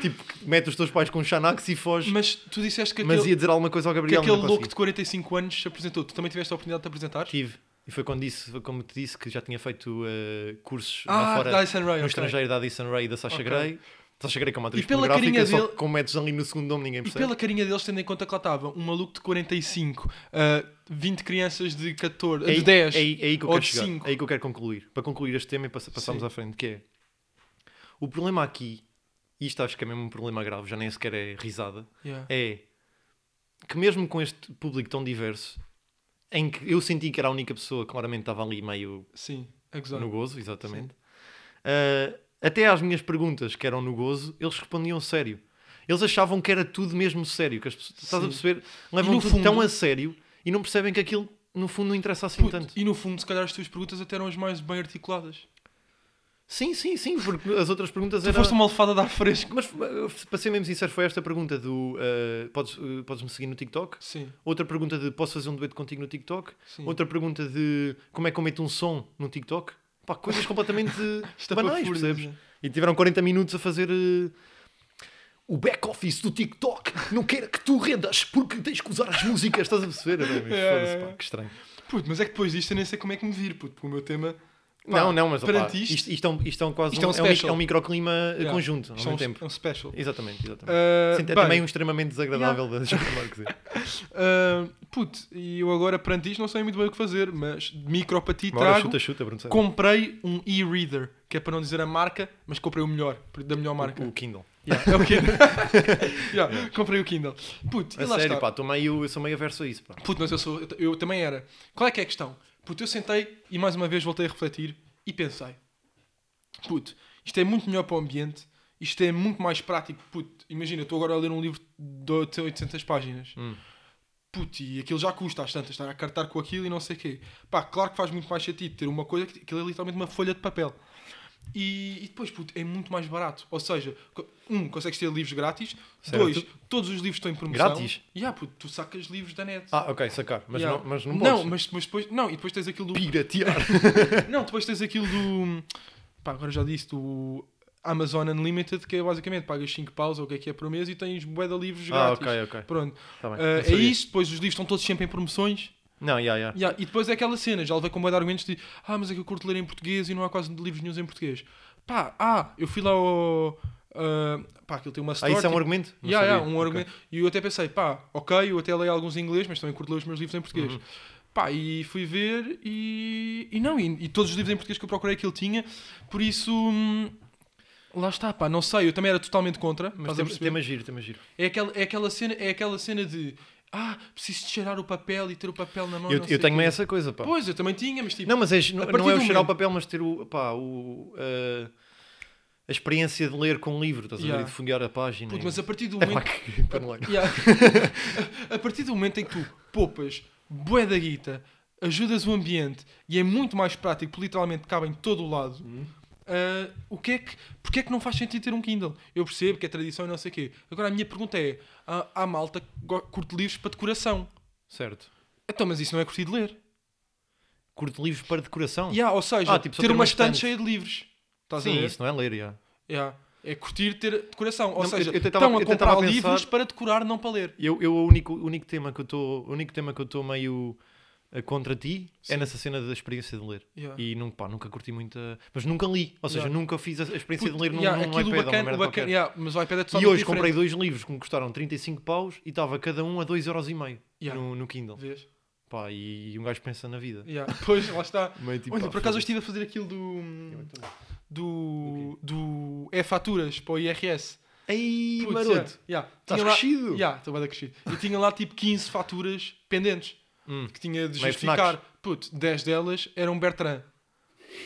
Speaker 2: tipo, mete os teus pais com um Xanax e foge. Mas,
Speaker 1: Mas tu disseste que aquele,
Speaker 2: ia dizer alguma coisa ao
Speaker 1: que é
Speaker 2: Gabriel.
Speaker 1: aquele
Speaker 2: não
Speaker 1: louco
Speaker 2: consegui.
Speaker 1: de 45 anos se apresentou. Tu também tiveste a oportunidade de te apresentar?
Speaker 2: Tive. E foi quando disse, foi como te disse, que já tinha feito eh, cursos
Speaker 1: Ah,
Speaker 2: lá
Speaker 1: da
Speaker 2: fora
Speaker 1: Addison Rae,
Speaker 2: no
Speaker 1: ok.
Speaker 2: estrangeiro da Addison Ray e da Sasha
Speaker 1: Ok.
Speaker 2: Grey. Sasha Grey que é uma atriz
Speaker 1: E pela
Speaker 2: pornográfica,
Speaker 1: carinha
Speaker 2: só
Speaker 1: dele-
Speaker 2: que com metes ali no segundo nome ninguém
Speaker 1: E
Speaker 2: percebe.
Speaker 1: pela carinha deles, tendo em conta que lá estava um maluco de 45, ah, 20 crianças de 14,
Speaker 2: É aí-
Speaker 1: de 10,
Speaker 2: é aí, é aí que eu
Speaker 1: ou
Speaker 2: quero
Speaker 1: de
Speaker 2: chegar.
Speaker 1: 5.
Speaker 2: É aí que eu quero concluir. Para concluir este tema e passa- passarmos
Speaker 1: Sim.
Speaker 2: à frente, que é O problema aqui, e isto acho que é mesmo um problema grave, já nem sequer é risada,
Speaker 1: Yeah.
Speaker 2: é que mesmo com este público tão diverso, em que eu senti que era a única pessoa que claramente estava ali meio
Speaker 1: Sim, é gozar.
Speaker 2: no gozo, exatamente. Uh, até às minhas perguntas que eram no gozo, eles respondiam sério. Eles achavam que era tudo mesmo sério, que as pessoas, estás a
Speaker 1: Sim.
Speaker 2: perceber? Levam
Speaker 1: no
Speaker 2: tudo
Speaker 1: fundo-
Speaker 2: tão a sério e não percebem que aquilo no fundo não interessa assim
Speaker 1: Puto,
Speaker 2: tanto.
Speaker 1: E no fundo, se calhar as tuas perguntas até eram as mais bem articuladas.
Speaker 2: Sim, sim, sim, porque as outras perguntas
Speaker 1: Tu
Speaker 2: eram.
Speaker 1: foste uma alfada de ar fresco.
Speaker 2: Mas uh, para ser mesmo sincero, foi esta pergunta do uh, podes, uh, podes-me seguir no TikTok?
Speaker 1: Sim,
Speaker 2: Outra pergunta de posso fazer um dueto contigo no TikTok?
Speaker 1: Sim.
Speaker 2: Outra pergunta de como é que eu meto um som no TikTok? Pá, coisas completamente banais,
Speaker 1: Estapafúrdias,
Speaker 2: percebes?
Speaker 1: é.
Speaker 2: E tiveram 40 minutos a fazer eh, o back-office do TikTok. Não quero que tu rendas porque tens que usar as músicas. Estás a perceber? Não, amigo?
Speaker 1: É,
Speaker 2: Foda-se,
Speaker 1: é,
Speaker 2: pá,
Speaker 1: é.
Speaker 2: que estranho.
Speaker 1: Puto, mas é que depois disto eu nem sei como é que me vir, puto, porque o meu tema. Pá,
Speaker 2: não, não, mas opá,
Speaker 1: perante isto-
Speaker 2: isto, isto, é um, isto é um quase
Speaker 1: isto é um
Speaker 2: um, é um mi-
Speaker 1: special.
Speaker 2: é um microclima eh,
Speaker 1: Yeah,
Speaker 2: conjunto ao
Speaker 1: isto é um,
Speaker 2: mesmo tempo.
Speaker 1: é um special.
Speaker 2: Exatamente, exatamente.
Speaker 1: Ah,
Speaker 2: Sim, é
Speaker 1: bem,
Speaker 2: também um extremamente desagradável da Joana Marques.
Speaker 1: ah, puto, e eu agora perante isto não sei muito bem o que fazer, mas de micropati
Speaker 2: Uma hora
Speaker 1: trago.
Speaker 2: chuta, chuta, Bruno. Sena.
Speaker 1: Comprei um e-reader, que é para não dizer a marca, mas comprei o melhor, da melhor marca.
Speaker 2: O Kindle.
Speaker 1: Yeah, é o Kindle. Yeah, Comprei o Kindle. Puto,
Speaker 2: A
Speaker 1: e lá
Speaker 2: sério,
Speaker 1: está.
Speaker 2: pá, tô meio, eu sou meio averso a isso, pá.
Speaker 1: Puto, mas eu, sou, eu, t- eu também era. Qual é que é a questão? Puto, eu sentei e mais uma vez voltei a refletir e pensei: Puto, isto é muito melhor para o ambiente, isto é muito mais prático. Puto, imagina, eu estou agora a ler um livro de 800 páginas.
Speaker 2: Hum.
Speaker 1: Puto, e aquilo já custa às tantas, estar a cartar com aquilo e não sei o quê. Pá, claro que faz muito mais sentido ter uma coisa que aquilo é literalmente uma folha de papel. E, e depois, puto, é muito mais barato. Ou seja, co- um, consegues ter livros grátis.
Speaker 2: Certo.
Speaker 1: Dois, todos os livros estão em promoção.
Speaker 2: Grátis?
Speaker 1: Yeah, puto, tu sacas livros da net.
Speaker 2: Ah, ok, sacar. Mas,
Speaker 1: Yeah.
Speaker 2: não, mas não
Speaker 1: Não,
Speaker 2: podes.
Speaker 1: mas, mas depois. Não, e depois tens aquilo do.
Speaker 2: Piratear.
Speaker 1: Não, depois tens aquilo do. Pá, agora já disse, do Amazon Unlimited, que é basicamente pagas 5 paus ou o que é que é por mês e tens bué de livros
Speaker 2: Ah,
Speaker 1: grátis.
Speaker 2: ok, ok.
Speaker 1: Pronto.
Speaker 2: Tá bem,
Speaker 1: Ah,
Speaker 2: não
Speaker 1: é
Speaker 2: sabia.
Speaker 1: isso, depois os livros estão todos sempre em promoções.
Speaker 2: Não, yeah, yeah.
Speaker 1: Yeah, e depois é aquela cena, já levei com bué de argumentos de ah, mas é que eu curto ler em português e não há quase livros nenhum em português. Pá, ah, eu fui lá ao. ah, pá, aquilo tem uma
Speaker 2: Ah,
Speaker 1: store.
Speaker 2: isso é um
Speaker 1: tipo-
Speaker 2: argumento? Não
Speaker 1: Yeah, yeah,
Speaker 2: sabia.
Speaker 1: um
Speaker 2: Ok.
Speaker 1: argumento. E eu até pensei, pá, ok, eu até leio alguns em inglês, mas também curto ler os meus livros em português.
Speaker 2: Uhum.
Speaker 1: Pá, e fui ver e. E não, e, e todos os livros em português que eu procurei que ele tinha, por isso. hum, lá está, pá, não sei, eu também era totalmente contra.
Speaker 2: Mas
Speaker 1: Mas
Speaker 2: tem, tema giro, tema giro.
Speaker 1: é, aquela, é, aquela cena, é aquela cena de. Ah, preciso de cheirar o papel e ter o papel na mão.
Speaker 2: Eu,
Speaker 1: não sei
Speaker 2: eu tenho
Speaker 1: quê.
Speaker 2: essa coisa, pá.
Speaker 1: Pois, eu também tinha, mas tipo.
Speaker 2: Não, mas é, gi-
Speaker 1: A
Speaker 2: não,
Speaker 1: partir
Speaker 2: não é o
Speaker 1: do
Speaker 2: cheirar o
Speaker 1: momento-
Speaker 2: papel, mas ter o, pá, o, ah, a experiência de ler com o livro, estás a
Speaker 1: Yeah.
Speaker 2: ver? E de folhear a página.
Speaker 1: Puto,
Speaker 2: e-
Speaker 1: mas a partir do
Speaker 2: É pá,
Speaker 1: momento.
Speaker 2: que- para não ler.
Speaker 1: Yeah. a partir do momento em que tu poupas bué da guita, ajudas o ambiente e é muito mais prático, porque literalmente cabe em todo o lado.
Speaker 2: Uhum.
Speaker 1: ah, o que é que, porque é que não faz sentido ter um Kindle? Eu percebo que é tradição e não sei o quê. Agora a minha pergunta é: há, há malta que go- curte livros para decoração.
Speaker 2: Certo.
Speaker 1: Então, mas isso não é curtir de ler.
Speaker 2: Curto livros para decoração.
Speaker 1: Yeah, ou seja,
Speaker 2: Ah, tipo, só
Speaker 1: ter
Speaker 2: ter
Speaker 1: uma
Speaker 2: uma
Speaker 1: estante
Speaker 2: estante.
Speaker 1: cheia de livros. Estás a
Speaker 2: Sim,
Speaker 1: ver?
Speaker 2: isso não é ler, yeah.
Speaker 1: Yeah. É curtir ter decoração. Ou
Speaker 2: Não,
Speaker 1: seja,
Speaker 2: eu- eu tentava-
Speaker 1: estão a
Speaker 2: eu tentava
Speaker 1: comprar
Speaker 2: pensar-
Speaker 1: livros para decorar, não para ler.
Speaker 2: Eu, eu o único, o único tema que eu estou, o único tema que eu estou meio eh, contra ti é nessa cena da experiência de ler.
Speaker 1: Yeah.
Speaker 2: E nunca, pá, nunca curti muita, mas nunca li, ou seja,
Speaker 1: Ah. Yeah.
Speaker 2: nunca fiz a a experiência
Speaker 1: Puto,
Speaker 2: de ler um num,
Speaker 1: yeah,
Speaker 2: num
Speaker 1: aquilo
Speaker 2: iPad, ou uma
Speaker 1: bacana-
Speaker 2: merda
Speaker 1: bacana-
Speaker 2: qualquer.
Speaker 1: yeah, mas o iPad é
Speaker 2: E
Speaker 1: totalmente
Speaker 2: hoje
Speaker 1: diferente.
Speaker 2: comprei dois livros que me custaram 35 paus e estava cada um a 2,5€
Speaker 1: Yeah.
Speaker 2: no, no Kindle.
Speaker 1: Vês?
Speaker 2: Pá, e, e um gajo pensa na vida.
Speaker 1: Yeah. Pois, lá está.
Speaker 2: Meio tipo,
Speaker 1: Olha,
Speaker 2: pá,
Speaker 1: por acaso eu
Speaker 2: foda-se.
Speaker 1: estive a fazer aquilo do. Do. Do. E-faturas para o IRS.
Speaker 2: Ei,
Speaker 1: Putz,
Speaker 2: maroto!
Speaker 1: yeah, yeah.
Speaker 2: Estás
Speaker 1: Tinha lá-
Speaker 2: crescido?
Speaker 1: Yeah, estou bem crescido. E tinha lá tipo 15 faturas pendentes que tinha de
Speaker 2: Hum. Meio
Speaker 1: justificar. Puto, 10 delas eram Bertrand.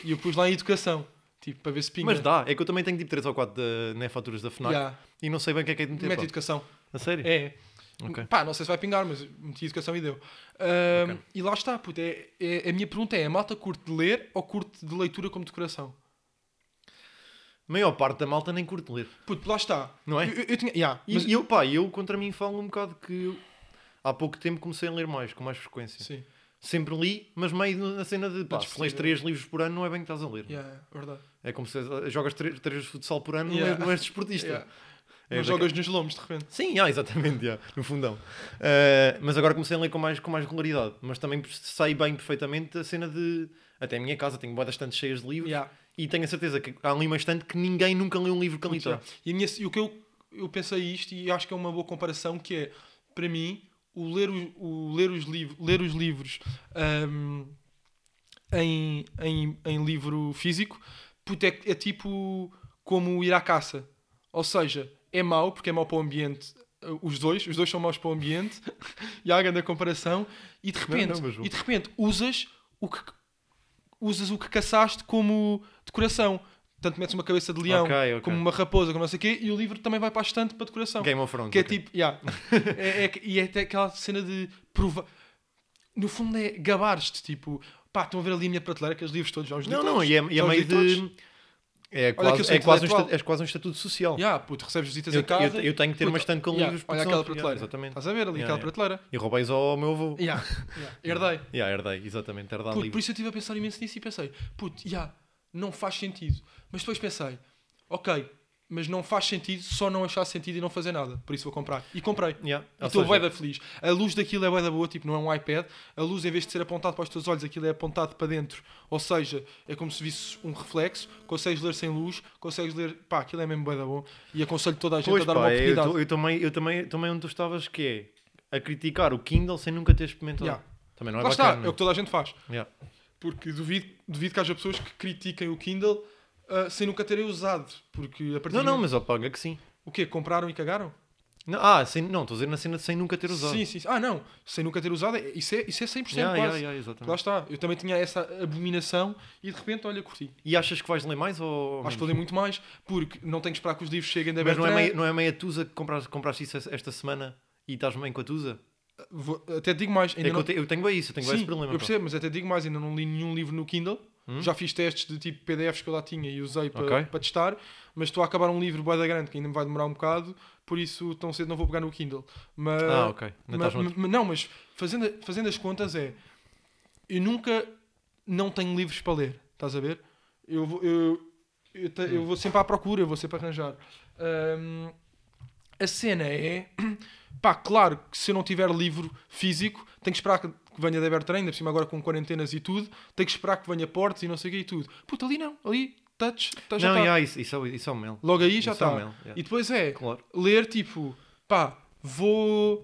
Speaker 1: E eu pus lá em educação. Tipo, para ver se pinga.
Speaker 2: Mas dá, é que eu também tenho tipo 3 ou 4 da, né, faturas da FNAC
Speaker 1: Yeah.
Speaker 2: e não sei bem o que é que é de meter.
Speaker 1: Mete
Speaker 2: pá.
Speaker 1: educação.
Speaker 2: A sério?
Speaker 1: É.
Speaker 2: Ok.
Speaker 1: Pá, não sei se vai pingar, mas meti educação e deu. Ahm,
Speaker 2: Ok.
Speaker 1: E lá está, puto. É, é- a minha pergunta é: a malta curte de ler ou curte de leitura como decoração?
Speaker 2: A maior parte da malta nem curte ler.
Speaker 1: Puto, lá está.
Speaker 2: Não é?
Speaker 1: Eu, eu- eu tinha. Yeah,
Speaker 2: E
Speaker 1: mas-
Speaker 2: eu, pá, eu contra mim falo um bocado que eu, há pouco tempo comecei a ler mais, com mais frequência.
Speaker 1: Sim,
Speaker 2: Sempre li, mas meio no- na cena de pá, se
Speaker 1: despedida.
Speaker 2: lês 3 livros por ano, não é bem que estás a ler.
Speaker 1: yeah, é verdade.
Speaker 2: É como se jogas 3 de futsal por ano, não,
Speaker 1: Yeah.
Speaker 2: és, não és desportista.
Speaker 1: Yeah.
Speaker 2: É
Speaker 1: Mas
Speaker 2: daquele-
Speaker 1: jogas nos lomos de repente.
Speaker 2: Sim, yeah, exatamente, yeah, no fundão. Uh, mas agora comecei a ler com mais, com mais regularidade. Mas também sei bem perfeitamente a cena de. Até a minha casa tenho boas estantes cheias de livros
Speaker 1: Yeah.
Speaker 2: e tenho a certeza que há ali uma estante que ninguém nunca leu um livro que ali está.
Speaker 1: Yeah. E, a minha- e o que eu, eu pensei isto e acho que é uma boa comparação que é, para mim, o ler, o, o ler, os, liv ler os livros hum, ahm, em, em, em livro físico puto, é, é tipo como ir à caça. Ou seja, é mau porque é mau para o ambiente. eh, Os dois, os dois são maus para o ambiente e há a grande comparação. E de repente,
Speaker 2: não, mas o-
Speaker 1: e de repente usas o que usas o que caçaste como decoração. Portanto, metes uma cabeça de leão,
Speaker 2: Ok, ok.
Speaker 1: como uma raposa, como não sei o quê, e o livro também vai para a estante para decoração.
Speaker 2: Game of Thrones.
Speaker 1: Que é
Speaker 2: ok.
Speaker 1: tipo, yeah. é, é, que- e é até aquela cena de provar. No fundo é gabar-te, tipo, pá, estão a ver ali a minha prateleira, aqueles livros todos, já os li
Speaker 2: Não,
Speaker 1: todos,
Speaker 2: não, e é, e é
Speaker 1: já os
Speaker 2: meio
Speaker 1: li todos.
Speaker 2: de. É
Speaker 1: que eu
Speaker 2: quase,
Speaker 1: sou
Speaker 2: é, quase
Speaker 1: intelectual.
Speaker 2: um estatuto, é quase um estatuto social.
Speaker 1: Yeah, puto, recebes visitas
Speaker 2: Eu-
Speaker 1: em casa.
Speaker 2: eu- eu tenho que ter
Speaker 1: puto,
Speaker 2: uma estante com livros porque
Speaker 1: Olha
Speaker 2: senão-
Speaker 1: aquela prateleira.
Speaker 2: yeah, exatamente.
Speaker 1: Estás a ver ali
Speaker 2: Yeah,
Speaker 1: aquela
Speaker 2: yeah.
Speaker 1: prateleira.
Speaker 2: E roubei ao meu avô.
Speaker 1: Yeah, yeah, Herdei.
Speaker 2: Yeah, herdei, exatamente, herdar
Speaker 1: Puto, por
Speaker 2: livros.
Speaker 1: isso eu estive a pensar imenso nisso e pensei, puto, yeah, não faz sentido. Mas depois pensei, ok, mas não faz sentido só não achar sentido e não fazer nada. Por isso vou comprar. E comprei.
Speaker 2: Yeah,
Speaker 1: E
Speaker 2: ou
Speaker 1: estou
Speaker 2: seja-
Speaker 1: bué da feliz. A luz daquilo é bué da boa, tipo, não é um iPad. A luz, em vez de ser apontada para os teus olhos, aquilo é apontado para dentro. Ou seja, é como se visses um reflexo. Consegues ler sem luz, consegues ler... Pá, aquilo é mesmo bué da bom. E aconselho toda a gente
Speaker 2: Pois,
Speaker 1: a dar
Speaker 2: pá, é,
Speaker 1: uma
Speaker 2: eu,
Speaker 1: oportunidade.
Speaker 2: tô- eu também, eu também, também onde tu estavas, que é a criticar o Kindle sem nunca ter experimentado.
Speaker 1: Yeah.
Speaker 2: Também não é
Speaker 1: Lá está,
Speaker 2: bacana.
Speaker 1: é o
Speaker 2: não
Speaker 1: que toda a gente faz.
Speaker 2: é? Yeah.
Speaker 1: Porque duvido, duvido que haja pessoas que critiquem o Kindle ah, sem nunca terem usado. Porque a partir
Speaker 2: Não,
Speaker 1: do
Speaker 2: não,
Speaker 1: momento-
Speaker 2: mas apaga que sim.
Speaker 1: O quê? Compraram e cagaram?
Speaker 2: Não, ah, sem, não, estou a dizer na cena de sem nunca ter usado.
Speaker 1: Sim, sim. sim. Ah, não. Sem nunca ter usado. é- Isso é, isso é 100%
Speaker 2: Yeah, yeah,
Speaker 1: quase.
Speaker 2: yeah,
Speaker 1: Lá
Speaker 2: exatamente.
Speaker 1: está. Eu também tinha essa abominação e de repente, olha, curti.
Speaker 2: E achas que vais ler mais ou.
Speaker 1: Acho que vou ler muito mais, porque não tenho que esperar que os livros cheguem da
Speaker 2: Mas não é,
Speaker 1: Bertrand.
Speaker 2: meia, não é meia Tusa que compraste, compraste isso esta semana e estás bem com a Tusa?
Speaker 1: Vou- até te digo mais, ainda
Speaker 2: É que
Speaker 1: não...
Speaker 2: eu, te- eu tenho bem isso, eu tenho bem
Speaker 1: Sim,
Speaker 2: esse problema.
Speaker 1: eu
Speaker 2: pá. Hum?
Speaker 1: percebo, mas até digo mais, ainda não li nenhum livro no Kindle. Já fiz testes de tipo PDFs que eu lá tinha e usei para
Speaker 2: Ok.
Speaker 1: para testar, mas estou a acabar um livro bué da grande que ainda me vai demorar um bocado, por isso tão cedo não vou pegar no Kindle. Mas,
Speaker 2: Ah, ok. Ainda
Speaker 1: mas-
Speaker 2: estás noutro.
Speaker 1: mas- não, mas fazendo, fazendo as contas é, eu nunca não tenho livros para ler, estás a ver? Eu vou, eu, eu, te- eu vou sempre à procura, eu vou sempre arranjar. Ahm, a cena é, pá, claro que se eu não tiver livro físico, tenho que esperar que que venha da Bertrand, ainda por cima agora com quarentenas e tudo, tenho que esperar que venha portes e não sei o quê e tudo. Puta, ali não, ali, touch, touch já
Speaker 2: Não,
Speaker 1: tá.
Speaker 2: yeah, isso, isso, é o- isso é o mel.
Speaker 1: Logo aí já
Speaker 2: Isso é
Speaker 1: está.
Speaker 2: o mel, yeah.
Speaker 1: E depois é
Speaker 2: Claro.
Speaker 1: ler tipo, pá, vou.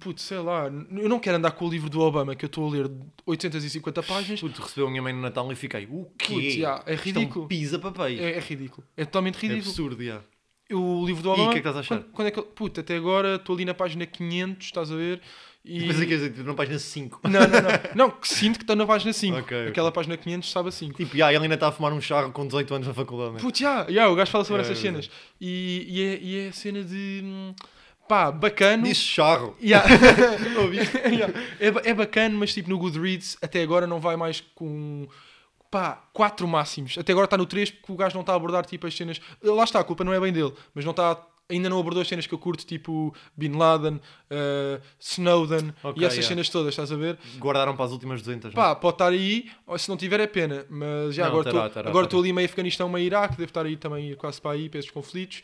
Speaker 1: Putz, sei lá, n- eu não quero andar com o livro do Obama que eu estou a ler 850 páginas.
Speaker 2: Puto, recebeu a minha mãe no Natal e fiquei, o quê?
Speaker 1: Putz, yeah, é
Speaker 2: Isto um
Speaker 1: ridículo.
Speaker 2: pisa papéis. É,
Speaker 1: É, é ridículo. É totalmente ridículo.
Speaker 2: absurdo, yeah.
Speaker 1: Eu- o livro do
Speaker 2: E o que é
Speaker 1: Obama.
Speaker 2: que estás a achar?
Speaker 1: Quando, quando é que, eu- puta, até agora estou ali na página 500, estás a ver? E.
Speaker 2: Mas é que eu não página 5.
Speaker 1: Não, não, não. Não, que sinto que estou na página 5.
Speaker 2: Ok, ok.
Speaker 1: Aquela página 500 sabe a 5.
Speaker 2: Tipo, yeah, ele ainda está a fumar um charro com 18 anos na faculdade. né?
Speaker 1: Putz, já, já, o gajo fala sobre
Speaker 2: Já,
Speaker 1: essas
Speaker 2: já, já.
Speaker 1: cenas. E, e, é, e é a cena de. hum, pá, bacana.
Speaker 2: Diz charro.
Speaker 1: Yeah. Yeah. é, ba- é bacana, mas tipo no Goodreads até agora não vai mais com pá, 4 máximos. Até agora está no 3 porque o gajo não está a abordar tipo as cenas. Lá está, a culpa não é bem dele, mas não está. Ainda não abordou as cenas que eu curto, tipo Bin Laden, eh, Snowden
Speaker 2: Ok,
Speaker 1: e essas
Speaker 2: yeah.
Speaker 1: cenas todas, estás a ver?
Speaker 2: Guardaram para as últimas 200. né?
Speaker 1: Pá, pode estar aí, ou se não tiver é pena, mas já
Speaker 2: Não,
Speaker 1: agora estou-
Speaker 2: estará, estará,
Speaker 1: agora
Speaker 2: estará.
Speaker 1: estou ali meio Afeganistão, meio Iraque, devo estar aí também quase para aí, para esses conflitos,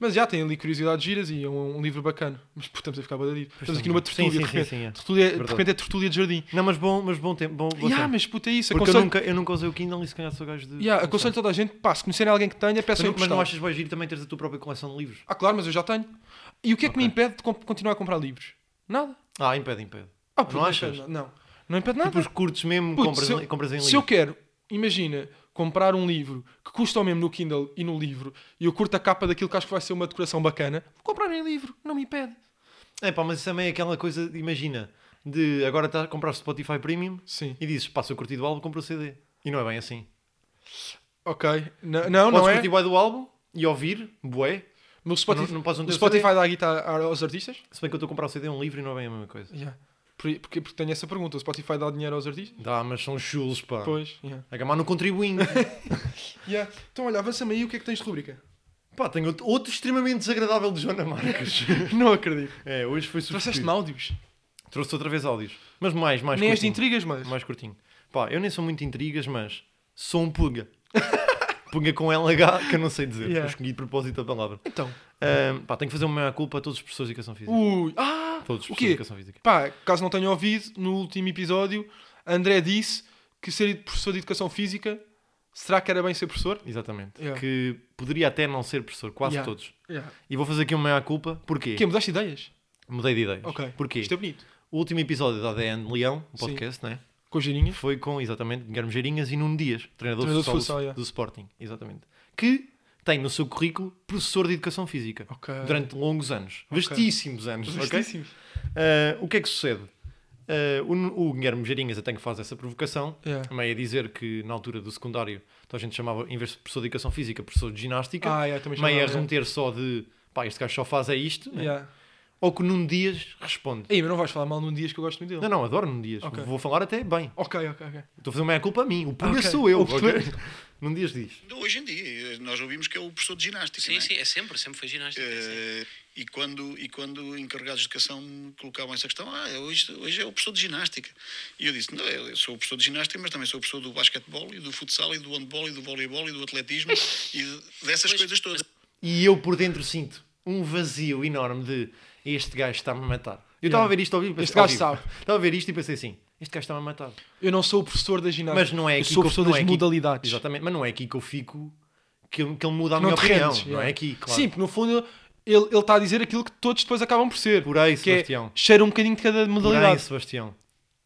Speaker 1: mas já tem ali curiosidades giras e é um, um livro bacana. Mas pô, estamos a ficar badalito. Estamos aqui numa
Speaker 2: estamos. Sim,
Speaker 1: tertúlia, de
Speaker 2: sim,
Speaker 1: repente,
Speaker 2: sim, sim, é.
Speaker 1: Tertúlia- de
Speaker 2: Verdade.
Speaker 1: repente é tertúlia de jardim.
Speaker 2: Não, mas bom, mas bom tempo. Bom, bom
Speaker 1: Yeah,
Speaker 2: tempo.
Speaker 1: mas puta, é isso.
Speaker 2: Porque eu,
Speaker 1: aconselho,
Speaker 2: nunca, eu nunca usei o Kindle e se calhar sou gajo de.
Speaker 1: Yeah,
Speaker 2: de-
Speaker 1: aconselho toda a gente, pá, se conhecerem alguém que tenha,
Speaker 2: Mas
Speaker 1: peçam
Speaker 2: não-
Speaker 1: emprestado.
Speaker 2: mas não achas bem giro também teres a tua própria coleção de livros?
Speaker 1: Ah, claro, mas eu já tenho. E o que é que me impede de comp- continuar a comprar livros? Nada.
Speaker 2: Ah, impede, impede.
Speaker 1: Ah, puto,
Speaker 2: não
Speaker 1: não
Speaker 2: achas?
Speaker 1: impede, não. Não impede nada.
Speaker 2: Tipo, os curtos mesmo,
Speaker 1: Puto,
Speaker 2: compras,
Speaker 1: se
Speaker 2: em
Speaker 1: eu-
Speaker 2: li- compras em
Speaker 1: Se eu
Speaker 2: livro.
Speaker 1: quero, imagina, comprar um livro que custa o mesmo no Kindle e no livro e eu curto a capa daquilo que acho que vai ser uma decoração bacana, vou comprar em livro, não me impede.
Speaker 2: É pá, mas isso também é aquela coisa, de- imagina, de agora tá, compraste Spotify Premium
Speaker 1: Sim.
Speaker 2: e dizes, pá, se eu curti do álbum, compro o CD. E não é bem assim.
Speaker 1: Ok. N- não,
Speaker 2: Podes
Speaker 1: não é.
Speaker 2: curtir bué do álbum e ouvir, bué.
Speaker 1: No Spotify,
Speaker 2: Não- não posso não
Speaker 1: no
Speaker 2: ter
Speaker 1: Spotify
Speaker 2: CD.
Speaker 1: dá a guitarra aos artistas?
Speaker 2: Se bem que eu estou a comprar o CD, é um livro e não é bem a mesma coisa.
Speaker 1: Yeah. Por- Porque, porque tenho essa pergunta. O Spotify dá dinheiro aos artistas?
Speaker 2: Dá, mas são chulos, pá.
Speaker 1: Pois. Yeah.
Speaker 2: A gamar no contribuindo.
Speaker 1: Yeah. Então, olha, avança-me aí o que é que tens de rubrica.
Speaker 2: pá, tenho outro, outro extremamente desagradável de Joana Marques.
Speaker 1: não acredito.
Speaker 2: é, hoje foi substituído.
Speaker 1: Trouxeste-me áudios?
Speaker 2: Trouxe outra vez áudios. Mas mais, mais
Speaker 1: Nem as de
Speaker 2: curtinho.
Speaker 1: intrigas, mas.
Speaker 2: Mais curtinho. Pá, eu nem sou muito de intrigas, mas sou um pulga. pulga com LH, que eu não sei dizer.
Speaker 1: Yeah.
Speaker 2: Eu escolhi de propósito a palavra.
Speaker 1: Então.
Speaker 2: Ahm, pá, tenho que fazer uma meia-culpa a todos os professores de educação física.
Speaker 1: Ui. Ah!
Speaker 2: Todos os
Speaker 1: o
Speaker 2: professores de
Speaker 1: quê?
Speaker 2: educação física.
Speaker 1: Pá, caso não tenham ouvido, no último episódio, André disse que ser professor de educação física, será que era bem ser professor?
Speaker 2: Exatamente.
Speaker 1: Yeah.
Speaker 2: Que poderia até não ser professor, quase
Speaker 1: Yeah.
Speaker 2: todos.
Speaker 1: Yeah.
Speaker 2: E vou fazer aqui uma meia-culpa. Porquê?
Speaker 1: Quê? Mudaste ideias?
Speaker 2: Mudei de ideias.
Speaker 1: Ok.
Speaker 2: Porquê?
Speaker 1: Isto é bonito.
Speaker 2: O último episódio da ADN de Leão, um
Speaker 1: Sim.
Speaker 2: podcast, né?
Speaker 1: Com girinhas.
Speaker 2: foi com, exatamente, Guilherme Geirinhas e Nuno Dias, treinador,
Speaker 1: Treinador de
Speaker 2: de futsal
Speaker 1: futsal, é.
Speaker 2: do,
Speaker 1: yeah.
Speaker 2: do Sporting. Exatamente. Que, tem no seu currículo professor de educação física.
Speaker 1: Ok.
Speaker 2: Durante longos anos. Vastíssimos anos. ok?
Speaker 1: Vastíssimos.
Speaker 2: Ah, o que é que sucede? Ah, o, N- o Guilherme Geringas até que faz essa provocação,
Speaker 1: Yeah.
Speaker 2: também a dizer que na altura do secundário então a gente chamava, em vez de professor de educação física, professor de ginástica,
Speaker 1: Ah, yeah, também
Speaker 2: meio a
Speaker 1: chamava, yeah.
Speaker 2: remeter só de pá, este gajo só faz é isto, né?
Speaker 1: Yeah.
Speaker 2: ou que Nuno Dias responde.
Speaker 1: Ei, mas não vais falar mal num Dias que eu gosto muito dele.
Speaker 2: Não, não, adoro Nuno Dias,
Speaker 1: Então. Ok.
Speaker 2: vou falar até bem.
Speaker 1: Ok, ok, ok.
Speaker 2: Estou a fazer uma meia culpa a mim, o pulha
Speaker 1: Ok.
Speaker 2: sou eu.
Speaker 1: O pulha-
Speaker 2: ok? Nuno Dias diz.
Speaker 6: Hoje em dia, nós ouvimos que é o professor de ginástica. não
Speaker 7: Sim,
Speaker 6: é?
Speaker 7: sim, é sempre, sempre foi ginástica. sim.
Speaker 6: Eh, e, quando, e quando encarregados de educação colocavam essa questão, ah, hoje, hoje é o professor de ginástica. E eu disse, não, eu sou o professor de ginástica, mas também sou o professor do basquetebol e do futsal e do handball e do voleibol e do atletismo e dessas coisas todas.
Speaker 2: E eu por dentro sinto um vazio enorme de este gajo está-me a matar. Eu estava
Speaker 1: Yeah.
Speaker 2: a ver isto ao vivo.
Speaker 1: Este gajo
Speaker 2: ao vivo.
Speaker 1: sabe.
Speaker 2: Estava a ver isto e pensei assim, este gajo está-me a matar.
Speaker 1: Eu não sou o professor da ginástica.
Speaker 2: Mas não é
Speaker 1: Eu
Speaker 2: aqui
Speaker 1: sou o
Speaker 2: que eu-
Speaker 1: professor
Speaker 2: não
Speaker 1: das
Speaker 2: é aqui-
Speaker 1: modalidades.
Speaker 2: Exatamente, mas não é aqui que eu fico, que, eu- que ele muda a
Speaker 1: Não
Speaker 2: minha
Speaker 1: te
Speaker 2: opinião.
Speaker 1: rendes,
Speaker 2: Não
Speaker 1: yeah.
Speaker 2: é aqui, claro.
Speaker 1: Sim, porque no fundo ele ele está a dizer aquilo que todos depois acabam por ser.
Speaker 2: Por aí,
Speaker 1: que é,
Speaker 2: Sebastião.
Speaker 1: cheira um bocadinho de cada
Speaker 2: Porém,
Speaker 1: modalidade.
Speaker 2: é Sebastião,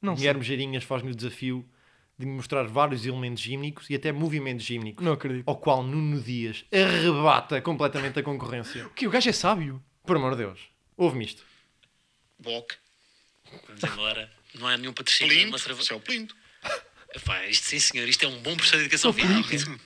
Speaker 1: Não sei.
Speaker 2: Guilherme Geirinhas faz-me o desafio de me mostrar vários elementos gímnicos e até movimentos gímnicos.
Speaker 1: Não acredito.
Speaker 2: Ao qual Nuno Dias arrebata completamente a concorrência.
Speaker 1: O quê? O gajo é sábio.
Speaker 2: Por amor de Deus, ouve-me isto.
Speaker 6: Boc,
Speaker 7: Vamos embora. Não há nenhum patrocínio.
Speaker 6: plinto,
Speaker 7: nenhuma cerve-
Speaker 6: isso é o plinto.
Speaker 7: Epá, isto sim, senhor, isto é um bom professor de educação física.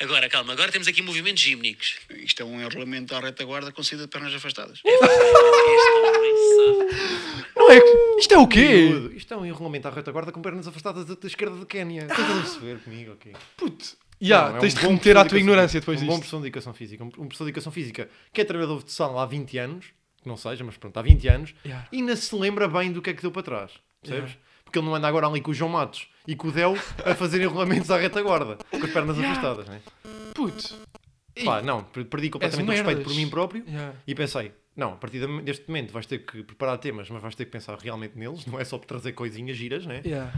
Speaker 7: Agora, calma, agora temos aqui movimentos gímnicos.
Speaker 6: Isto é um enrolamento à retaguarda com saída de pernas afastadas.
Speaker 7: É. Este homem é sabe.
Speaker 1: Não é? que- Isto é o quê?
Speaker 2: Miúdo, Isto é um enrolamento à retaguarda com pernas afastadas da da esquerda de Quénia. Estás a perceber comigo, ok?
Speaker 1: Puto. Ya,
Speaker 2: Não, é um
Speaker 1: Ah. tens de
Speaker 2: bom
Speaker 1: remeter à
Speaker 2: professor de
Speaker 1: tua
Speaker 2: educação-
Speaker 1: ignorância depois
Speaker 2: um
Speaker 1: disto.
Speaker 2: bom professor de educação física. Um, um professor de educação física que é trabalhador de futsal há 20 anos, que não seja, mas pronto, há 20 anos,
Speaker 1: Yeah.
Speaker 2: e ainda se lembra bem do que é que deu para trás. Percebes? Porque ele não anda agora ali com o João Matos e com o Del a fazer enrolamentos à retaguarda, com as pernas
Speaker 1: Yeah.
Speaker 2: afastadas, né?
Speaker 1: Puto.
Speaker 2: Pá, não, per- perdi completamente o
Speaker 1: És um
Speaker 2: respeito
Speaker 1: merdas.
Speaker 2: por mim próprio
Speaker 1: Yeah.
Speaker 2: e pensei, não, a partir de- deste momento vais ter que preparar temas, mas vais ter que pensar realmente neles, não é só trazer coisinhas giras, né?
Speaker 1: Yeah.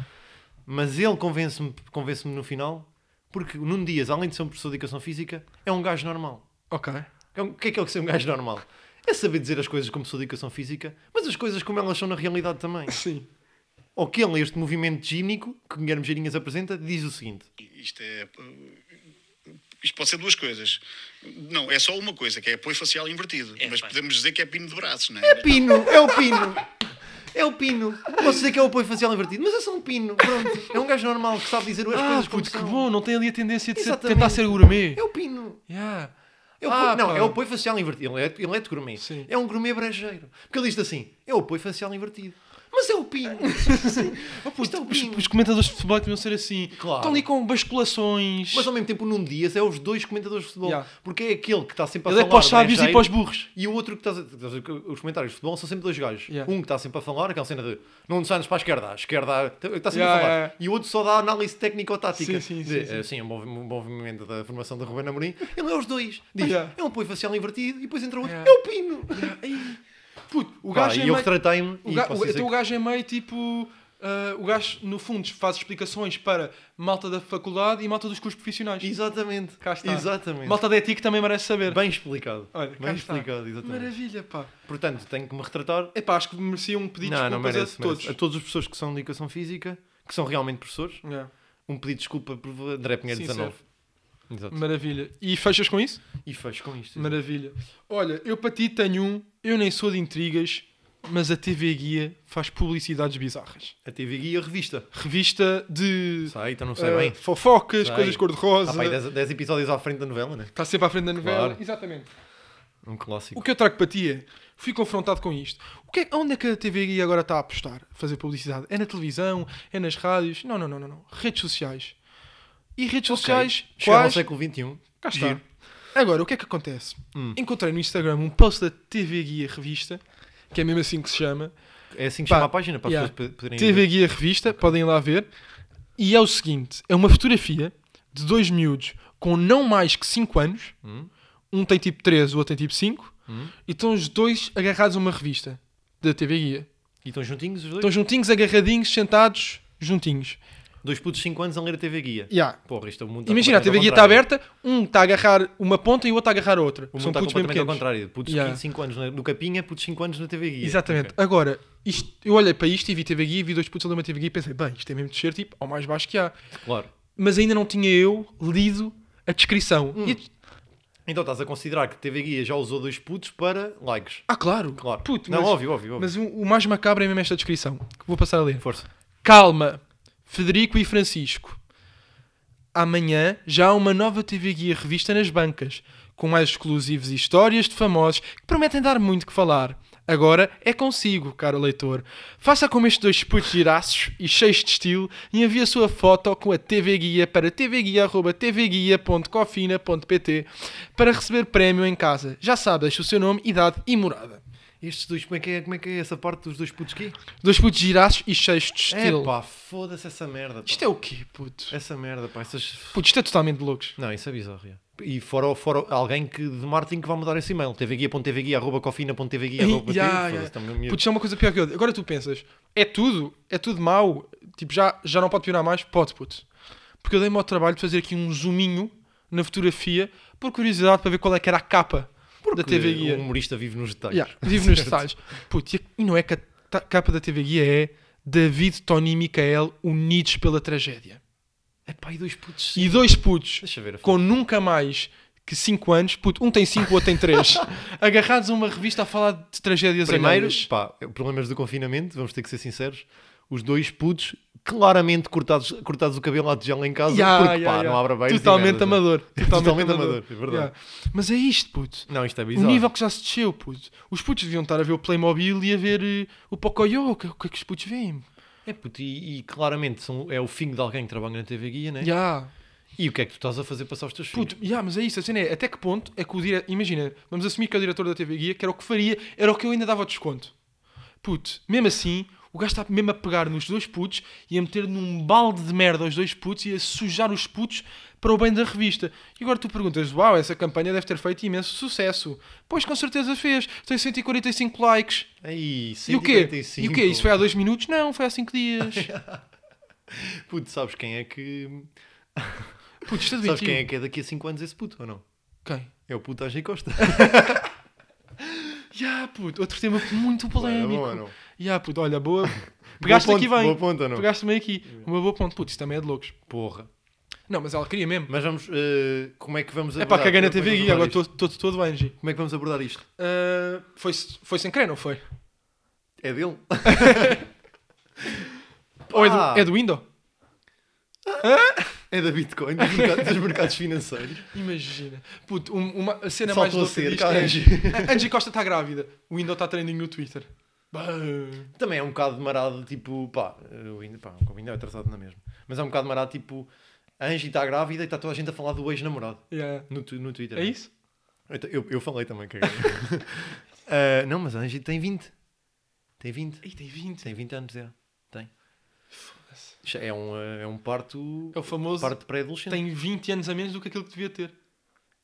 Speaker 2: mas ele convence-me convence no final, porque o Nuno Dias, além de ser um professor de educação física, é um gajo normal.
Speaker 1: Ok.
Speaker 2: É um- O que é que é o ser um gajo normal? É saber dizer as coisas como professor de educação física, mas as coisas como elas são na realidade também.
Speaker 1: Sim.
Speaker 2: Ou que ele, este movimento gímnico que Guilherme Geirinhas apresenta, diz o seguinte:
Speaker 6: Isto é. uh, Isto pode ser duas coisas. Não, é só uma coisa, que é apoio facial invertido.
Speaker 7: É,
Speaker 6: mas
Speaker 7: pá.
Speaker 6: podemos dizer que é pino de braços, não é?
Speaker 2: Pino, é o pino. É o pino. Posso dizer que é o apoio facial invertido, mas é só um pino. Pronto. É um gajo normal que sabe dizer as
Speaker 1: Ah,
Speaker 2: coisas como
Speaker 1: puto, que
Speaker 2: são.
Speaker 1: bom. Não tem ali a tendência de ser-
Speaker 2: Exatamente.
Speaker 1: tentar ser gourmet.
Speaker 2: É o pino.
Speaker 1: Yeah.
Speaker 2: É o
Speaker 1: Ah,
Speaker 2: apoio- não,
Speaker 1: pá.
Speaker 2: é o apoio facial invertido. Ele é, ele é de gourmet.
Speaker 1: Sim.
Speaker 2: É um gourmet brejeiro. Porque ele diz assim: é o apoio facial invertido. Mas é o pino. Sim.
Speaker 1: Oh,
Speaker 2: Isto é o
Speaker 1: Os,
Speaker 2: pino.
Speaker 1: os comentadores de futebol deviam ser assim.
Speaker 2: Claro.
Speaker 1: Estão ali com basculações.
Speaker 2: Mas ao mesmo tempo, o Nuno Dias é os dois comentadores de futebol.
Speaker 1: Yeah.
Speaker 2: Porque é aquele que está sempre a
Speaker 1: Ele é
Speaker 2: falar.
Speaker 1: para os sábios e
Speaker 2: brejeiro,
Speaker 1: para os burros.
Speaker 2: E o outro que está. Os comentários de futebol são sempre dois gajos.
Speaker 1: Yeah.
Speaker 2: Um que está sempre a falar, aquela cena de não nos anos para a esquerda, a esquerda. tá, Está sempre
Speaker 1: Yeah,
Speaker 2: a falar.
Speaker 1: yeah.
Speaker 2: E o outro só dá análise técnico-tática.
Speaker 1: Sim, sim,
Speaker 2: de,
Speaker 1: sim, sim.
Speaker 2: eh, o movi- o movimento da formação de Rubén Amorim. Ele é os dois. Diz:
Speaker 1: Yeah.
Speaker 2: é um apoio facial invertido. E depois entra outro:
Speaker 1: Yeah.
Speaker 2: é o pino.
Speaker 1: Puto, o
Speaker 2: O
Speaker 1: gajo
Speaker 2: gajo
Speaker 1: é
Speaker 2: e eu
Speaker 1: meio-
Speaker 2: retratei-me.
Speaker 1: O
Speaker 2: e
Speaker 1: ga-
Speaker 2: posso
Speaker 1: o-
Speaker 2: dizer
Speaker 1: então o
Speaker 2: que-
Speaker 1: gajo é meio tipo. ah, o gajo, no fundo, faz explicações para malta da faculdade e malta dos cursos profissionais.
Speaker 2: Exatamente.
Speaker 1: Cá está.
Speaker 2: Exatamente.
Speaker 1: Malta da ética também merece saber.
Speaker 2: Bem explicado.
Speaker 1: Olha, cá
Speaker 2: Bem
Speaker 1: está.
Speaker 2: explicado, exatamente.
Speaker 1: Maravilha, pá.
Speaker 2: Portanto, tenho que me retratar.
Speaker 1: É pá, acho que merecia um pedido
Speaker 2: não,
Speaker 1: de
Speaker 2: não
Speaker 1: desculpas
Speaker 2: merece.
Speaker 1: a todos.
Speaker 2: merece. A todos os professores que são de educação física, que são realmente professores,
Speaker 1: Yeah.
Speaker 2: um pedido de desculpa por André Pinheiro
Speaker 1: Sincero.
Speaker 2: 19. Exato.
Speaker 1: Maravilha. E fechas com isso?
Speaker 2: E fecho com isto.
Speaker 1: Maravilha. Olha, eu para ti tenho um. Eu nem sou de intrigas, mas a TV Guia faz publicidades bizarras.
Speaker 2: A TV Guia Revista.
Speaker 1: Revista de
Speaker 2: Sai, então não sei
Speaker 1: ah,
Speaker 2: bem.
Speaker 1: fofocas,
Speaker 2: Sei.
Speaker 1: coisas de cor-de-rosa.
Speaker 2: Há pá, aí 10, episódios à frente da novela, né?
Speaker 1: Está sempre à frente da novela.
Speaker 2: Claro.
Speaker 1: Exatamente.
Speaker 2: Um clássico.
Speaker 1: O que eu trago para ti é, fui confrontado com isto. O que é, onde é que a TV Guia agora está a apostar? a Fazer publicidade? É na televisão? É nas rádios? Não, não, não, não. não. Redes sociais. E redes sociais,
Speaker 2: Chegaram ao
Speaker 1: quais?
Speaker 2: século XXI.
Speaker 1: Cá está.
Speaker 2: Giro.
Speaker 1: Agora, o que é que acontece? Encontrei no Instagram um post da TV Guia Revista, que é mesmo assim que se chama.
Speaker 2: É assim que
Speaker 1: Pá,
Speaker 2: chama a página, para
Speaker 1: yeah.
Speaker 2: as pessoas poderem
Speaker 1: TV
Speaker 2: ver.
Speaker 1: Guia Revista, podem ir lá ver. E é o seguinte: é uma fotografia de dois miúdos com não mais que 5 anos.
Speaker 2: Hum?
Speaker 1: Um tem tipo 3, o outro tem tipo 5. E estão os dois agarrados a uma revista da TV Guia.
Speaker 2: E estão juntinhos os dois?
Speaker 1: Estão juntinhos, agarradinhos, sentados, juntinhos.
Speaker 2: Dois putos de 5 anos a ler a TV Guia.
Speaker 1: Yeah.
Speaker 2: Porra, isto é o mundo está
Speaker 1: Imagina, a TV Guia
Speaker 2: completamente
Speaker 1: está
Speaker 2: ao contrário.
Speaker 1: aberta, um está a agarrar uma ponta e o outro está a agarrar a outra.
Speaker 2: O mundo
Speaker 1: São
Speaker 2: está
Speaker 1: putos bem
Speaker 2: completamente ao
Speaker 1: pequenos.
Speaker 2: contrário. Putos
Speaker 1: Yeah.
Speaker 2: 15, 5 anos na- no Capinha, putos 5 anos na TV Guia.
Speaker 1: Exatamente.
Speaker 2: Ok.
Speaker 1: Agora, isto- eu olhei para isto e vi TV Guia, vi dois putos ali uma TV Guia e pensei, bem, isto é mesmo de ser tipo ao mais baixo que há.
Speaker 2: Claro. Hum.
Speaker 1: Mas ainda não tinha eu lido a descrição. E-
Speaker 2: Então estás a considerar que TV Guia já usou dois putos para likes.
Speaker 1: Ah, claro.
Speaker 2: Claro.
Speaker 1: Puto,
Speaker 2: não,
Speaker 1: mas-
Speaker 2: óbvio, óbvio, óbvio.
Speaker 1: Mas o, o mais macabro é mesmo esta descrição, que vou passar a ler.
Speaker 2: Força.
Speaker 1: Calma, Federico e Francisco. Amanhã já há uma nova TV Guia revista nas bancas, com mais exclusivos e histórias de famosos que prometem dar muito que falar. Agora é consigo, caro leitor. Faça como estes dois putos iraços e cheios de estilo e envie a sua foto com a TV Guia para tvguia.tvguia.cofina.pt para receber prémio em casa. Já sabe, deixe o seu nome, idade e morada.
Speaker 2: Estes dois, como é, que é, como é que é essa parte dos dois putos aqui?
Speaker 1: Dois putos giraços e cheios de estilo.
Speaker 2: É pá, foda-se essa merda. Pá.
Speaker 1: Isto é o quê, puto?
Speaker 2: Essa merda, pá. Essas...
Speaker 1: Puto, isto é totalmente de loucos.
Speaker 2: Não, isso é bizarro. já. E fora, fora alguém que, de marketing que vai mudar esse e-mail. tvguia.tvguia.cofina.tvguia.
Speaker 1: Ya, ya.
Speaker 2: um
Speaker 1: Puto, isto é uma coisa pior que outra. Agora tu pensas, é tudo, é tudo mau. Tipo, já, já não pode piorar mais? Pode, puto. Porque eu dei-me ao trabalho de fazer aqui um zoominho na fotografia, por curiosidade, para ver qual é que era a capa da TV Guia.
Speaker 2: O um humorista vive nos detalhes.
Speaker 1: Yeah, vive nos detalhes. Puto, e a- e não é que a ta- capa da TV Guia é David, Tony e Micael unidos pela tragédia.
Speaker 2: É pá, e dois putos.
Speaker 1: E dois putos
Speaker 2: Deixa eu ver a
Speaker 1: com nunca mais que 5 anos, puto, um tem 5, o outro tem 3, agarrados a uma revista a falar de tragédias
Speaker 2: Primeiro,
Speaker 1: alheias.
Speaker 2: pá, problemas do confinamento, vamos ter que ser sinceros. Os dois putos claramente cortados, cortados o cabelo à tigela em casa,
Speaker 1: Ya,
Speaker 2: porque
Speaker 1: ya,
Speaker 2: pá,
Speaker 1: ya.
Speaker 2: não abra beiros e
Speaker 1: Totalmente
Speaker 2: merdas, não é?
Speaker 1: amador.
Speaker 2: Totalmente amador, é verdade.
Speaker 1: Yeah. Mas é isto, puto.
Speaker 2: Não, isto é
Speaker 1: O
Speaker 2: bizarro.
Speaker 1: nível que já se desceu, puto. Os putos deviam estar a ver o Playmobil e a ver eh, o Pocoyo. O que, o que é que os putos veem?
Speaker 2: É puto, e, e claramente são, é o fim de alguém que trabalha na TV Guia, né?
Speaker 1: Yeah.
Speaker 2: E o que é que tu estás a fazer passar os teus filhos?
Speaker 1: Puto, yeah, mas é isso. A cena é, até que ponto é que o diretor... Imagina, vamos assumir que é o diretor da TV Guia, que era o que faria, era o que eu ainda dava desconto. Puto, mesmo assim, o gajo está mesmo a pegar nos dois putos e a meter num balde de merda os dois putos e a sujar os putos para o bem da revista. E agora tu perguntas, uau, essa campanha deve ter feito imenso sucesso. Pois, com certeza fez. Tem 145 likes.
Speaker 2: Aí,
Speaker 1: E o quê?
Speaker 2: 145.
Speaker 1: E o quê? Isso foi há dois minutos? Não, foi há cinco dias.
Speaker 2: Puto, sabes quem é que.
Speaker 1: Puto, isto é
Speaker 2: Sabes quem é
Speaker 1: doentio.
Speaker 2: que é daqui a 5 anos esse puto ou não?
Speaker 1: Quem?
Speaker 2: É o puto Angé Costa.
Speaker 1: Ya, puto, outro tema muito
Speaker 2: Era
Speaker 1: polémico.
Speaker 2: bom ou não?
Speaker 1: Ya, puto, olha, boa. Pegaste aqui
Speaker 2: ponto,
Speaker 1: bem.
Speaker 2: boa ponta, não?
Speaker 1: Pegaste meio aqui. Uma boa ponte. Puto, isso também é de loucos.
Speaker 2: Porra.
Speaker 1: Não, mas ela queria mesmo.
Speaker 2: Mas vamos. eh, como é que vamos
Speaker 1: É pá, caguei na
Speaker 2: como é que
Speaker 1: TV
Speaker 2: vamos
Speaker 1: e agora
Speaker 2: abordar
Speaker 1: estou todo Angie.
Speaker 2: isto? Como é que vamos abordar isto?
Speaker 1: Ah, foi, foi sem querer, não foi?
Speaker 2: É dele?
Speaker 1: Ou é do,
Speaker 2: Ah.
Speaker 1: é do Windows?
Speaker 2: É da Bitcoin, dos mercados, dos mercados financeiros.
Speaker 1: Imagina. Puto, um- uma, a cena mais
Speaker 2: Saltou a
Speaker 1: louca disto
Speaker 2: cerca,
Speaker 1: é-
Speaker 2: Angie.
Speaker 1: a Angie Costa está grávida. O Windows está trending no Twitter. Bam.
Speaker 2: Também é um bocado demarado, tipo, pá, o Windows, pá, o Windows é atrasado na mesma. Mas é um bocado demarado, tipo, a Angie está grávida e está toda a gente a falar do ex-namorado
Speaker 1: Ya.
Speaker 2: no, tu- no Twitter.
Speaker 1: É isso?
Speaker 2: Então, Eu, eu falei também, cagado. Ah, não, mas a Angie tem 20. Tem 20.
Speaker 1: Ih, tem 20.
Speaker 2: Tem 20 anos, é. Tem. Já É um, ah, é um parto.
Speaker 1: É o famoso.
Speaker 2: Parto pré-adolescente.
Speaker 1: Tem 20 anos a menos do que aquilo que devia ter.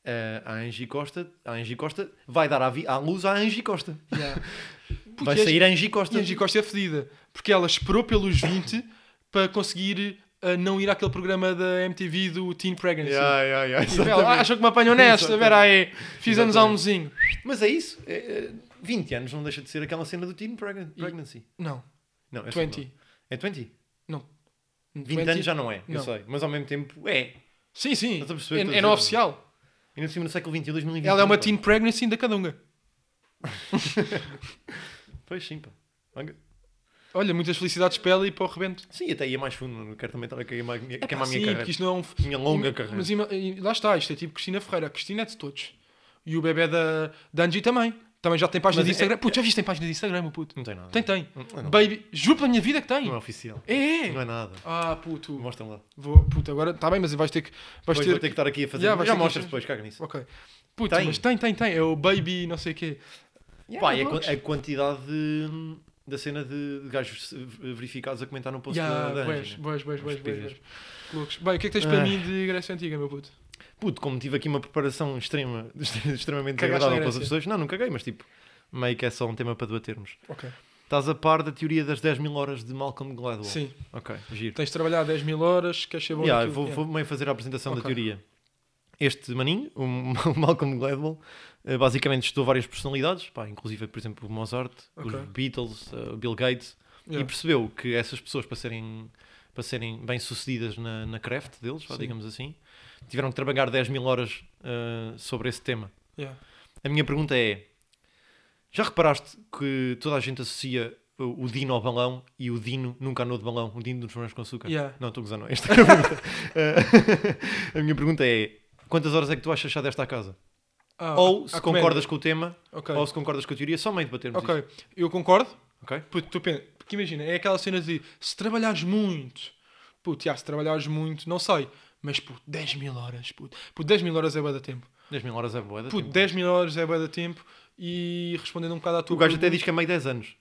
Speaker 2: Ah, a Angie Costa, a Angie Costa vai dar à, vi- à luz a Angie Costa.
Speaker 1: Puto,
Speaker 2: vai
Speaker 1: e a
Speaker 2: sair a Angie Costa.
Speaker 1: E a Angie Costa é fedida. Porque ela esperou pelos 20 para conseguir ah, não ir àquele programa da MTV do Teen Pregnancy.
Speaker 2: Ya, ya, ya,
Speaker 1: Tipo, ela,
Speaker 2: exatamente.
Speaker 1: "Ah, achou que me apanhou nesta?
Speaker 2: Exatamente.
Speaker 1: Espera aí. Fiz anos há
Speaker 2: Exatamente.
Speaker 1: umzinho.
Speaker 2: Mas é isso. É, é, 20 anos não deixa de ser aquela cena do teen pregnan- pregnancy.
Speaker 1: Não.
Speaker 2: Não, é
Speaker 1: 20.
Speaker 2: É 20. 20,
Speaker 1: 20?
Speaker 2: anos já não é, eu
Speaker 1: Não.
Speaker 2: sei. Mas ao mesmo tempo é.
Speaker 1: Sim, sim.
Speaker 2: Estás a perceber o que
Speaker 1: É,
Speaker 2: eu
Speaker 1: é
Speaker 2: estou
Speaker 1: não
Speaker 2: a dizer?
Speaker 1: oficial.
Speaker 2: Ainda por cima no século XXI, 2020.
Speaker 1: Ela é uma teen pregnancy da cadunga.
Speaker 2: Pois sim, pá. Olha,
Speaker 1: Olha, muitas felicidades para ela e para o rebento.
Speaker 2: Sim, até ia mais fundo. Não quero também estar a queimar a minha, queimar a minha
Speaker 1: Sim,
Speaker 2: carreira.
Speaker 1: porque isto não é um...
Speaker 2: Minha longa carreira.
Speaker 1: Mas ima- e lá está, isto é tipo Cristina Ferreira. A Cristina é de todos. E o bebê da, da Angie também. Também já tem página
Speaker 2: Mas
Speaker 1: de
Speaker 2: é-
Speaker 1: Instagram. Puto, já viste tem página de Instagram, o puto?
Speaker 2: Não tem nada.
Speaker 1: Tem, tem.
Speaker 2: Não, não.
Speaker 1: Baby, juro pela minha vida que tem.
Speaker 2: Não é oficial.
Speaker 1: É, é.
Speaker 2: Não é nada.
Speaker 1: Ah, puto.
Speaker 2: Mostram lá.
Speaker 1: Vou, puto, agora está bem, mas vais ter que. Vais
Speaker 2: Depois
Speaker 1: ter...
Speaker 2: vou ter que estar aqui a fazer.
Speaker 1: Yeah, vais
Speaker 2: já
Speaker 1: ter que-
Speaker 2: mostras depois, caga nisso.
Speaker 1: Ok. Puto,
Speaker 2: Tem.
Speaker 1: mas tem, tem, tem. É o baby, não sei o quê.
Speaker 2: Pá, e a,
Speaker 1: não
Speaker 2: quan- a quantidade de- da cena de de gajos eh, verificados a comentar no post
Speaker 1: Ya,
Speaker 2: da, da Angie,
Speaker 1: boés,
Speaker 2: né?
Speaker 1: boés, boés, boés, boés,
Speaker 2: Estupidez.
Speaker 1: boés. Loucos. Bem, o que é que tens para
Speaker 2: Ah.
Speaker 1: mim de Grécia Antiga, meu puto?
Speaker 2: Puto, como tive aqui uma preparação extrema, extremamente
Speaker 1: Cagaste na
Speaker 2: agradável para as
Speaker 1: Grécia.
Speaker 2: pessoas, não, não caguei, mas tipo, meio que é só um tema para debatermos.
Speaker 1: Ok.
Speaker 2: Estás a par da teoria das 10 mil horas de Malcolm Gladwell?
Speaker 1: Sim.
Speaker 2: Ok, giro.
Speaker 1: Tens de trabalhar 10 mil horas, queres ser bom
Speaker 2: Yeah,
Speaker 1: naquilo?
Speaker 2: vou,
Speaker 1: Yeah.
Speaker 2: vou meio fazer a apresentação da
Speaker 1: um Ok.
Speaker 2: teoria. Este maninho, o o Malcolm Gladwell, eh, basicamente estudou várias personalidades, pá, inclusive, por exemplo, o Mozart,
Speaker 1: Ok.
Speaker 2: os Beatles, eh, o Bill Gates, e
Speaker 1: Yeah.
Speaker 2: percebeu que essas pessoas, para serem para serem bem-sucedidas na, na craft deles, vá, digamos assim. Tiveram que trabalhar 10 mil horas ah, sobre esse tema.
Speaker 1: Yeah.
Speaker 2: A minha pergunta é: já reparaste que toda a gente associa o o Dino ao balão e o Dino nunca andou de balão? O Dino dos Morangos com Açúcar?
Speaker 1: Yeah.
Speaker 2: Não, estou a gozar, não. Esta é a pergunta. Eh, a minha pergunta é: quantas horas é que tu achas já desta à casa?
Speaker 1: Ah,
Speaker 2: ou se
Speaker 1: a comédia.
Speaker 2: concordas com o tema,
Speaker 1: Ok.
Speaker 2: ou se concordas com a teoria, somente para termos
Speaker 1: Ok,
Speaker 2: isto.
Speaker 1: eu concordo.
Speaker 2: Ok?
Speaker 1: Puto, tu pensa, porque imagina, é aquela cena de se trabalhares muito, puto, já, se trabalhares muito, não sei, mas puto, 10 mil horas, puto, puto 10 mil horas é bué da tempo.
Speaker 2: 10 mil horas é boa.
Speaker 1: Puto, 10 mil horas é bué da tempo e respondendo um bocado à tua
Speaker 2: O gajo até é.
Speaker 1: pergunta-
Speaker 2: diz que é meio 10 anos.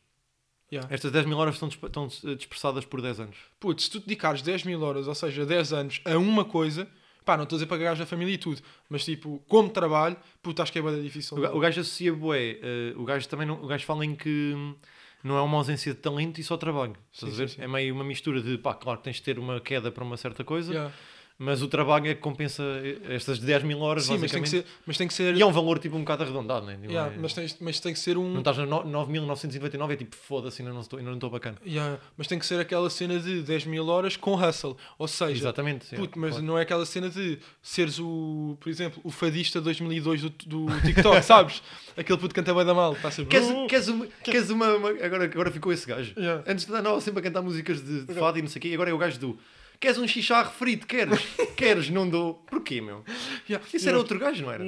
Speaker 1: Yeah.
Speaker 2: Estas 10 mil horas estão, disp- estão eh, dispersadas por 10 anos.
Speaker 1: Puto, se tu dedicares 10 mil horas, ou seja, 10 anos a uma coisa, pá, não estou a dizer para cagares na família e tudo, mas tipo, como trabalho, puto, acho que é bué da difícil.
Speaker 2: O ga- O gajo associa bué. eh, o gajo também não, o gajo fala em que hum, não é uma ausência de talento e só trabalho. Estás
Speaker 1: Sim,
Speaker 2: a ver?
Speaker 1: sim, sim.
Speaker 2: É meio uma mistura de pá, claro que tens de ter uma queda para uma certa coisa,
Speaker 1: Yeah.
Speaker 2: mas o trabalho é que compensa eh, estas 10 mil horas,
Speaker 1: Sim, mas tem
Speaker 2: basicamente.
Speaker 1: que ser, mas tem que ser,
Speaker 2: E é um valor tipo um bocado arredondado, né? Não é?
Speaker 1: yeah, mas, tem, mas tem que ser um,
Speaker 2: Não estás na no- 9.999, é tipo foda-se, ainda não estou, ainda não estou bacana.
Speaker 1: Yeah, mas tem que ser aquela cena de 10 mil horas com hustle. Ou seja,
Speaker 2: Exatamente, sim,
Speaker 1: é. puto, mas
Speaker 2: claro.
Speaker 1: não é aquela cena de seres o, por exemplo, o fadista 2002 do, do TikTok, sabes? Aquele puto que canta bem da mal. Tá sempre...
Speaker 2: Queres, queres uma. Queres uma, uma- agora, agora ficou esse gajo.
Speaker 1: Yeah.
Speaker 2: Antes andava sempre a cantar músicas de, de fado e não sei o quê, e agora é o gajo do. Queres um xixá referido? Queres? queres? Não dou. Porquê, meu?
Speaker 1: Yeah,
Speaker 2: Isso era outro gajo, não era?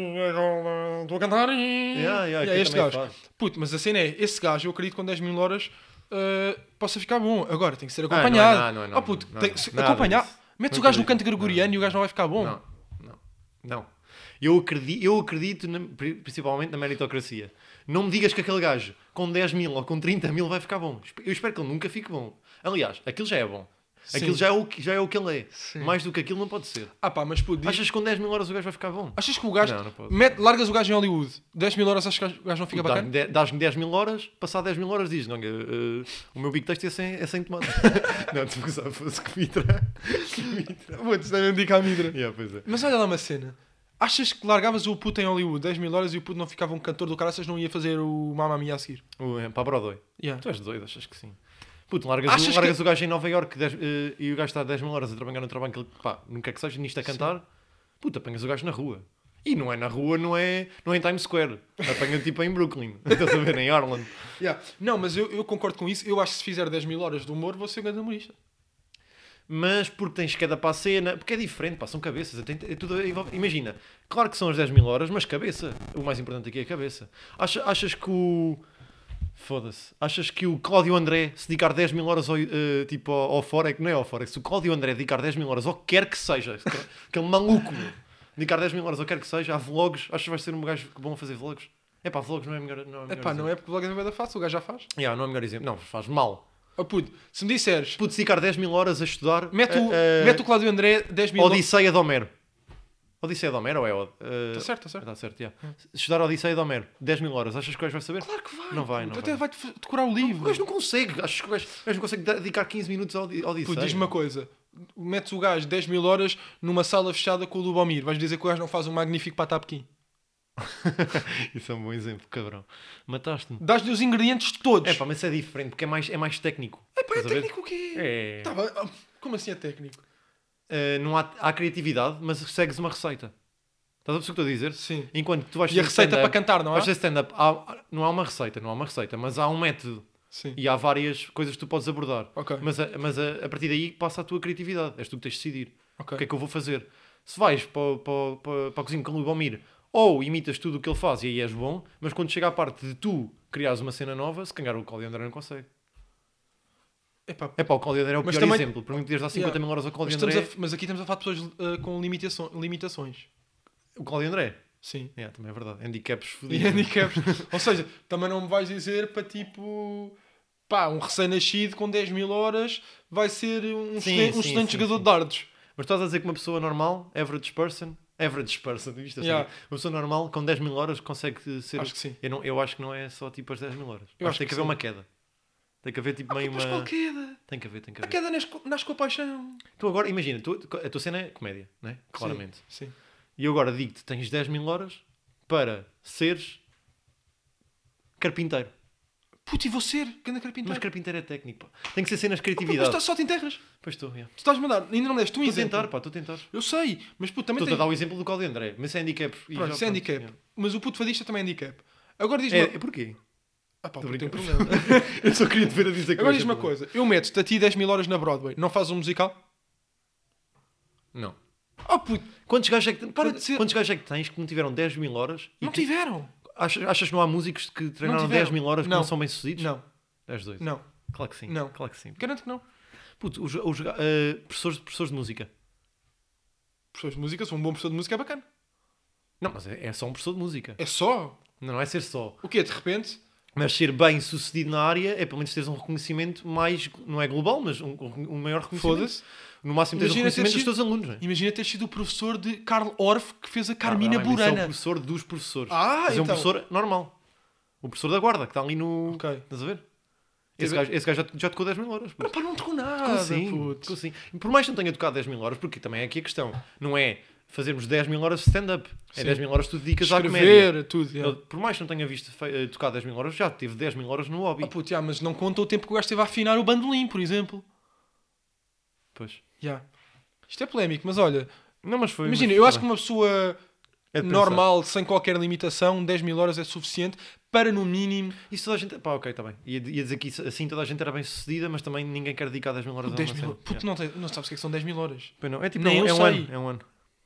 Speaker 1: Estou a cantar e...
Speaker 2: yeah,
Speaker 1: E
Speaker 2: aqui
Speaker 1: é este
Speaker 2: também
Speaker 1: gajo.
Speaker 2: faz.
Speaker 1: Puto, mas a cena é, esse gajo, eu acredito que com 10 mil horas uh, possa ficar bom. Agora tem que ser
Speaker 2: não é,
Speaker 1: acompanhado.
Speaker 2: não, não, não,
Speaker 1: Ah, puto,
Speaker 2: não,
Speaker 1: tem-
Speaker 2: não,
Speaker 1: se
Speaker 2: nada
Speaker 1: acompanhar.
Speaker 2: disso.
Speaker 1: Metes
Speaker 2: Não
Speaker 1: o gajo no
Speaker 2: acredito.
Speaker 1: canto gregoriano e o gajo não vai ficar bom.
Speaker 2: Não, não, não. Eu acredito, eu acredito na- pri- principalmente na meritocracia. Não me digas que aquele gajo com 10 mil ou com 30 mil vai ficar bom. Espe- Eu espero que ele nunca fique bom. Aliás, aquilo já é bom. Aquilo
Speaker 1: Sim.
Speaker 2: já é, o que, já é o que ele é. Mais do que aquilo não pode ser.
Speaker 1: Ah pá, mas puto, diz-
Speaker 2: Achas que com 10 mil horas o gajo vai ficar bom?
Speaker 1: Achas que o gajo.
Speaker 2: Não, não pode.
Speaker 1: mete, largas o gajo em Hollywood, 10 mil horas, achas que o gajo- o gajo não fica
Speaker 2: Dá-
Speaker 1: bacana?
Speaker 2: de- Dás-me 10 mil horas, passar 10 mil horas diz, não, eh, eh, o meu big texto é sem, é sem tomate. não, tu gostava fosse que mitra. Que mitra.
Speaker 1: Putz, não indica a Midra.
Speaker 2: Yeah, pois é.
Speaker 1: Mas olha lá uma cena. Achas que largavas o puto em Hollywood 10 mil horas e o puto não ficava um cantor do caraças não ia fazer o Mamma Mia a seguir?
Speaker 2: O, eh, Pá, Broadway.
Speaker 1: Yeah.
Speaker 2: Tu és doido, achas que sim. Puto, largas,
Speaker 1: Achas
Speaker 2: o,
Speaker 1: que- é-
Speaker 2: largas o gajo em Nova Iorque dez- eh, e o gajo está 10 mil horas a trabalhar no trabalho que ele, pá, nunca que seja, nisto a cantar. Puto, apanhas o gajo na rua. E não é na rua, não é, não é em Times Square. Apanha tipo em Brooklyn. Estás a ver, em Ireland.
Speaker 1: Yeah. Não, mas eu, eu concordo com isso. Eu acho que se fizer 10 mil horas de humor, vou ser um grande humorista.
Speaker 2: Mas porque tens queda para a cena, porque é diferente, pá, são cabeças. tem- é tudo, envolve- imagina, claro que são as 10 mil horas, mas cabeça. O mais importante aqui é a cabeça. Acha- achas que o. Foda-se. Achas que o Cláudio André se dedicar 10 mil horas ao, eh, tipo, ao, ao Forex, não é ao Forex, se o Cláudio André dedicar 10 mil horas ao que quer que seja, esse cara- aquele maluco, meu, dedicar 10 mil horas ao que quer que seja, a vlogs, achas que vais ser um gajo que bom a fazer vlogs? É pá, vlogs não é melhor. Não é,
Speaker 1: É
Speaker 2: melhor
Speaker 1: pá, não
Speaker 2: exemplo.
Speaker 1: é porque logo é bem da fácil, o gajo já faz.
Speaker 2: Yeah, não é melhor exemplo. Não, faz mal.
Speaker 1: Oh puto, se me disseres,
Speaker 2: Puto, dedicar 10 mil horas a estudar.
Speaker 1: mete o,
Speaker 2: eh, eh,
Speaker 1: mete o Cláudio André 10 mil horas.
Speaker 2: Odisseia de Homero. Odisseia de Homero ou é Odisseia?
Speaker 1: Tá certo, tá certo.
Speaker 2: Está certo, yeah. Estudar Odisseia de Homero, 10 mil horas, achas que o gajo vai saber? Claro que vai. Não vai, não
Speaker 1: Até vai
Speaker 2: vai.
Speaker 1: te decorar o livro.
Speaker 2: O gajo não consegue, achas que o gajo, o gajo não consegue dedicar 15 minutos à Odi- à Odisseia.
Speaker 1: Puto, diz-me uma coisa. Metes o gajo 10 mil horas numa sala fechada com o Lubomir. Vais dizer que o gajo não faz um magnífico patapquim.
Speaker 2: Isso é um bom exemplo, cabrão. Mataste-me.
Speaker 1: Dás-lhe os ingredientes todos.
Speaker 2: É pá, mas isso é diferente, porque é mais, é mais técnico.
Speaker 1: É pá, é
Speaker 2: Estás a ver?
Speaker 1: técnico o quê?
Speaker 2: É.
Speaker 1: Tá bem, ah, como assim é técnico?
Speaker 2: Eh, não há, há criatividade, mas segues uma receita. Estás a perceber o que estou a dizer?
Speaker 1: Sim.
Speaker 2: Enquanto que tu vais
Speaker 1: E a
Speaker 2: fazer
Speaker 1: receita
Speaker 2: stand-up-
Speaker 1: para cantar, não é? há?
Speaker 2: Vais fazer stand-up, há- não há uma receita, não há uma receita, mas há um método.
Speaker 1: Sim.
Speaker 2: E há várias coisas que tu podes abordar.
Speaker 1: Ok.
Speaker 2: Mas, a, mas a, a partir daí passa a tua criatividade. És tu que tens de decidir.
Speaker 1: Ok.
Speaker 2: O que é que eu vou fazer? Se vais para, o- para, o- para, para a cozinha com o Lubomir ou imitas tudo o que ele faz e aí és bom, mas quando chega à parte de tu criares uma cena nova, se calhar o Claudio André não consegue.
Speaker 1: Epá,
Speaker 2: É pá, o Claudio André é o
Speaker 1: Mas
Speaker 2: pior
Speaker 1: também-
Speaker 2: exemplo. Para mim, podias dar 50
Speaker 1: Yeah.
Speaker 2: mil horas ao
Speaker 1: mas,
Speaker 2: Claudio
Speaker 1: estamos
Speaker 2: André.
Speaker 1: a- mas aqui estamos a falar de pessoas ah, com limitaço- limitações.
Speaker 2: O Claudio André.
Speaker 1: Sim.
Speaker 2: Yeah, também é verdade. Handicaps
Speaker 1: E
Speaker 2: fodidos.
Speaker 1: handicaps. Ou seja, também não me vais dizer para tipo. Pá, um recém-nascido com 10 mil horas vai ser um,
Speaker 2: Sim,
Speaker 1: estudante, um
Speaker 2: sim,
Speaker 1: estudante
Speaker 2: sim,
Speaker 1: jogador
Speaker 2: sim.
Speaker 1: de dardos.
Speaker 2: Mas estás a dizer que uma pessoa normal, average person, average person, isto é assim,
Speaker 1: Yeah.
Speaker 2: uma pessoa normal com 10 mil horas consegue ser.
Speaker 1: Acho que sim.
Speaker 2: Eu, não, eu acho que não é só tipo as 10 mil horas.
Speaker 1: Eu
Speaker 2: acho
Speaker 1: acho
Speaker 2: que tem
Speaker 1: que
Speaker 2: que
Speaker 1: sim.
Speaker 2: haver
Speaker 1: Ah,
Speaker 2: uma queda. Tem que haver tipo meio
Speaker 1: Mas
Speaker 2: uma.
Speaker 1: qual queda?
Speaker 2: Tem que haver, tem que
Speaker 1: A
Speaker 2: haver.
Speaker 1: queda nasce, co- nasce com a paixão.
Speaker 2: Tu agora, imagina, tu, a tua cena é comédia, né? Claramente.
Speaker 1: Sim. sim.
Speaker 2: E eu agora digo-te: tens 10 mil horas para seres carpinteiro.
Speaker 1: Puto, e vou ser? Ganda
Speaker 2: Mas
Speaker 1: carpinteiro.
Speaker 2: carpinteiro é técnico, pá. Tem que ser cenas de
Speaker 1: Mas
Speaker 2: criatividade.
Speaker 1: tu só te enterras. Tu
Speaker 2: Pois estou, yeah.
Speaker 1: estás a mandar. Ainda não me deste um
Speaker 2: Estou a
Speaker 1: exemplo.
Speaker 2: tentar, pá, estou a tentar.
Speaker 1: Eu sei, mas puto, também
Speaker 2: Estou a
Speaker 1: tem...
Speaker 2: dar o exemplo do Cláudio André, mas é handicap. E
Speaker 1: Pronto,
Speaker 2: já,
Speaker 1: isso é handicap.
Speaker 2: yeah.
Speaker 1: Mas o puto fadista também é handicap. Agora diz-me...
Speaker 2: É, é porquê?
Speaker 1: Ah pá,
Speaker 2: Tô
Speaker 1: puto, tem
Speaker 2: brincando.
Speaker 1: problema.
Speaker 2: Eu só queria te ver a dizer que
Speaker 1: Agora
Speaker 2: eu
Speaker 1: diz-me
Speaker 2: achei
Speaker 1: uma coisa. Eu meto-te a ti 10 mil horas na Broadway. Não fazes um musical?
Speaker 2: problema. Não.
Speaker 1: Oh puto,
Speaker 2: Quantos gajos, é que,
Speaker 1: Para de ser-
Speaker 2: quantos gajos é que tens que não tiveram 10 mil horas? E
Speaker 1: não
Speaker 2: que-
Speaker 1: tiveram.
Speaker 2: achas, achas que não há músicos que treinaram
Speaker 1: tiveram.
Speaker 2: 10 mil horas que
Speaker 1: Não.
Speaker 2: não são bem-sucedidos?
Speaker 1: Não,
Speaker 2: 10, 2.
Speaker 1: não.
Speaker 2: Claro que sim.
Speaker 1: Não.
Speaker 2: Claro que sim.
Speaker 1: Garanto que não.
Speaker 2: Puto, os, os ga- eh, professores, professores de música.
Speaker 1: Professores de música, se for um bom professor de música é bacana.
Speaker 2: Não, mas é, é só um professor de música.
Speaker 1: É só.
Speaker 2: Não é ser só.
Speaker 1: O quê? De repente?
Speaker 2: Mas ser bem sucedido na área é pelo menos teres um reconhecimento mais, não é global, mas um, um maior reconhecimento.
Speaker 1: Foda-se.
Speaker 2: No máximo teres o
Speaker 1: Imagina ter
Speaker 2: reconhecimento dos
Speaker 1: sido-
Speaker 2: teus alunos, não é?
Speaker 1: Imagina ter sido o professor de Karl Orff que fez a Carmina
Speaker 2: Ah, bem, mas isso É o
Speaker 1: Burana.
Speaker 2: professor dos professores.
Speaker 1: Ah,
Speaker 2: mas é um
Speaker 1: então.
Speaker 2: professor normal. O professor da guarda, que está ali no.
Speaker 1: Ok.
Speaker 2: Estás a ver? Esse
Speaker 1: Teve-
Speaker 2: gajo, esse gajo já, já tocou 10 mil horas. puto.
Speaker 1: Pá, não tocou
Speaker 2: Tocou
Speaker 1: nada,
Speaker 2: sim,
Speaker 1: puto.
Speaker 2: tocou sim. E Por mais que não tenha tocado 10 mil horas, porque também é aqui a questão. Não é fazermos 10 mil horas de stand-up. É
Speaker 1: Sim.
Speaker 2: 10 mil horas que tu dedicas à comédia.
Speaker 1: Escrever, é. tudo.
Speaker 2: Ele,
Speaker 1: Yeah.
Speaker 2: por mais que não tenha visto fe- eh, tocar 10 mil horas, já teve 10 mil horas no hobby.
Speaker 1: Ah, puto, yeah, mas não conta o tempo que o gajo esteve a afinar o bandolim, por exemplo.
Speaker 2: Pois.
Speaker 1: Yeah. Isto é polémico, mas olha,
Speaker 2: Não, mas foi.
Speaker 1: imagina,
Speaker 2: mas
Speaker 1: eu
Speaker 2: foi
Speaker 1: acho que
Speaker 2: bem.
Speaker 1: uma pessoa
Speaker 2: É de
Speaker 1: normal, sem qualquer limitação, 10 mil horas é suficiente para, no mínimo,
Speaker 2: pensar. Isso toda a gente. Pá, ok, está bem. Ia, ia dizer que isso- assim toda a gente era bem sucedida, mas também ninguém quer dedicar 10 mil horas a
Speaker 1: 10
Speaker 2: uma
Speaker 1: mil
Speaker 2: cena.
Speaker 1: Puto,
Speaker 2: Yeah.
Speaker 1: não, tem- não sabes o que é que são 10 mil horas.
Speaker 2: Pois não. É tipo,
Speaker 1: Nem
Speaker 2: é,
Speaker 1: eu
Speaker 2: é um
Speaker 1: sei.
Speaker 2: ano. É um ano.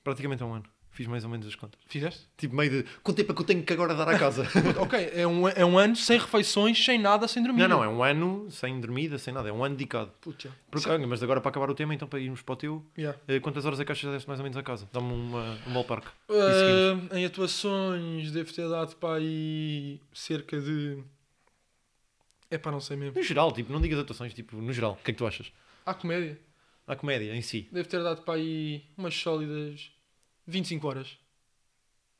Speaker 2: Praticamente é um ano. Fiz mais ou menos as contas.
Speaker 1: Fizeste?
Speaker 2: Tipo, meio de. Quanto tempo é que eu tenho que agora dar à casa?
Speaker 1: ok, é um, é um ano sem refeições, sem nada, sem dormir.
Speaker 2: não, não, é um ano sem dormida, sem nada. É um ano dedicado.
Speaker 1: Puto, yeah.
Speaker 2: Por- ah, mas agora para acabar o tema, então para irmos para o teu,
Speaker 1: Yeah.
Speaker 2: eh, quantas horas é que achas que deste mais ou menos a casa? Dá-me uma, um ballpark. E seguimos.
Speaker 1: Ah, em atuações, devo ter dado para aí cerca de. É para não sei mesmo.
Speaker 2: No geral, tipo, não digas atuações, tipo, no geral, o que é que tu achas?
Speaker 1: À comédia,
Speaker 2: A comédia em si.
Speaker 1: devo ter dado para aí umas sólidas 25 horas.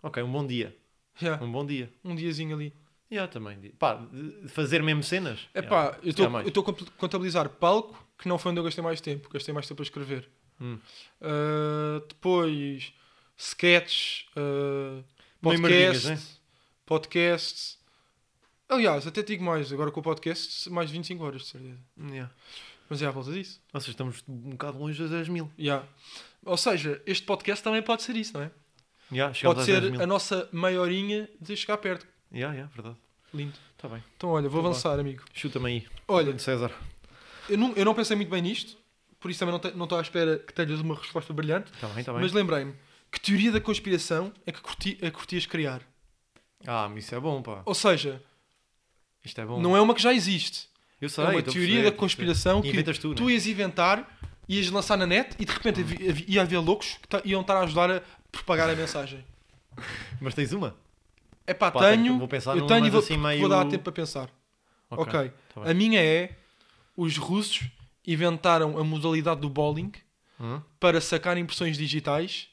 Speaker 2: Ok, um bom dia.
Speaker 1: Yeah,
Speaker 2: Um bom dia.
Speaker 1: Um diazinho ali.
Speaker 2: Yeah, também. di- Pá, de- fazer mesmo cenas?
Speaker 1: É
Speaker 2: Yeah,
Speaker 1: pá,
Speaker 2: se
Speaker 1: eu
Speaker 2: calhar
Speaker 1: estou-
Speaker 2: mais.
Speaker 1: eu estou a comp- contabilizar palco, que não foi onde eu gastei mais tempo, gastei mais tempo a escrever.
Speaker 2: Hum.
Speaker 1: Ah, depois, sketches, ah,
Speaker 2: Meio merdinhas,
Speaker 1: podcast, podcast. Aliás, até te digo mais, agora com o podcast, mais 25 horas, de certeza.
Speaker 2: Yeah.
Speaker 1: Mas é à volta disso.
Speaker 2: Ou seja, estamos um bocado longe das 10 mil.
Speaker 1: Yeah. Ou seja, este podcast também pode ser isso, não é?
Speaker 2: Yeah,
Speaker 1: pode
Speaker 2: chegamos às 10
Speaker 1: ser
Speaker 2: mil.
Speaker 1: a nossa maiorinha de chegar perto.
Speaker 2: Yeah, yeah, verdade.
Speaker 1: Lindo.
Speaker 2: Está bem.
Speaker 1: Então, olha, vou
Speaker 2: Então vá.
Speaker 1: avançar, amigo.
Speaker 2: Chuta-me aí.
Speaker 1: Olha,
Speaker 2: Grande César.
Speaker 1: eu não, eu não pensei muito bem nisto, por isso também não te- não estou à espera que tenhas uma resposta brilhante.
Speaker 2: Está Tá bem, está bem.
Speaker 1: Mas lembrei-me, que teoria da conspiração é que curti, é que curtias criar?
Speaker 2: Ah, mas isso é bom, pá.
Speaker 1: Ou seja,
Speaker 2: Isto é bom.
Speaker 1: não é uma que já existe.
Speaker 2: Eu sei,
Speaker 1: é uma
Speaker 2: estou a
Speaker 1: teoria
Speaker 2: perceber,
Speaker 1: da conspiração que
Speaker 2: Inventas tu,
Speaker 1: tu,
Speaker 2: né?
Speaker 1: ias inventar, ias lançar na net e de repente havia- havia- ia haver loucos que ta- iam estar a ajudar a propagar a mensagem.
Speaker 2: Mas tens uma?
Speaker 1: É pá,
Speaker 2: Pá,
Speaker 1: tenho.
Speaker 2: tenho- vou pensar
Speaker 1: eu
Speaker 2: numa,
Speaker 1: tenho e
Speaker 2: mas
Speaker 1: vou,
Speaker 2: assim
Speaker 1: porque
Speaker 2: meio-
Speaker 1: vou dar tempo para pensar. Ok.
Speaker 2: tá bem.
Speaker 1: a minha é: os russos inventaram a modalidade do bowling
Speaker 2: Hum?
Speaker 1: para sacar impressões digitais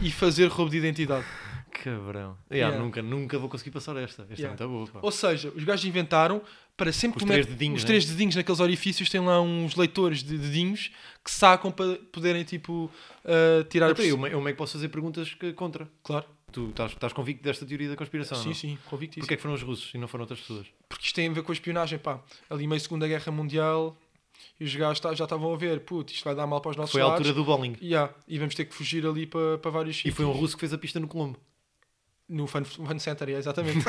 Speaker 1: e fazer roubo de identidade.
Speaker 2: Cabrão.
Speaker 1: Yeah.
Speaker 2: Yeah, Nunca, nunca vou conseguir passar esta. Esta
Speaker 1: Yeah.
Speaker 2: é muito boa. Pá.
Speaker 1: Ou seja, os gajos inventaram para sempre
Speaker 2: Os
Speaker 1: que tu metes-
Speaker 2: três dedinhos,
Speaker 1: os
Speaker 2: né?
Speaker 1: três dedinhos naqueles orifícios têm lá uns leitores de dedinhos que sacam para poderem tipo ah, tirar
Speaker 2: Então,
Speaker 1: a
Speaker 2: eu,
Speaker 1: pessoa-
Speaker 2: eu como é que posso fazer perguntas que- contra?
Speaker 1: Claro,
Speaker 2: Tu estás, estás convicto desta teoria da conspiração?
Speaker 1: sim,
Speaker 2: Ah, não?
Speaker 1: sim, convicto
Speaker 2: Porquê é que foram os russos e não foram outras pessoas?
Speaker 1: porque isto tem a ver com a espionagem, pá. Ali meio Segunda Guerra Mundial e os gajos tá- já estavam a ver, puto, isto vai dar mal para os nossos
Speaker 2: Foi a
Speaker 1: lados.
Speaker 2: altura do bowling.
Speaker 1: Yeah, e vamos ter que fugir ali para, para vários
Speaker 2: E
Speaker 1: sítios.
Speaker 2: foi um russo que fez a pista no Colombo.
Speaker 1: No fun, fun Center, yeah, exatamente.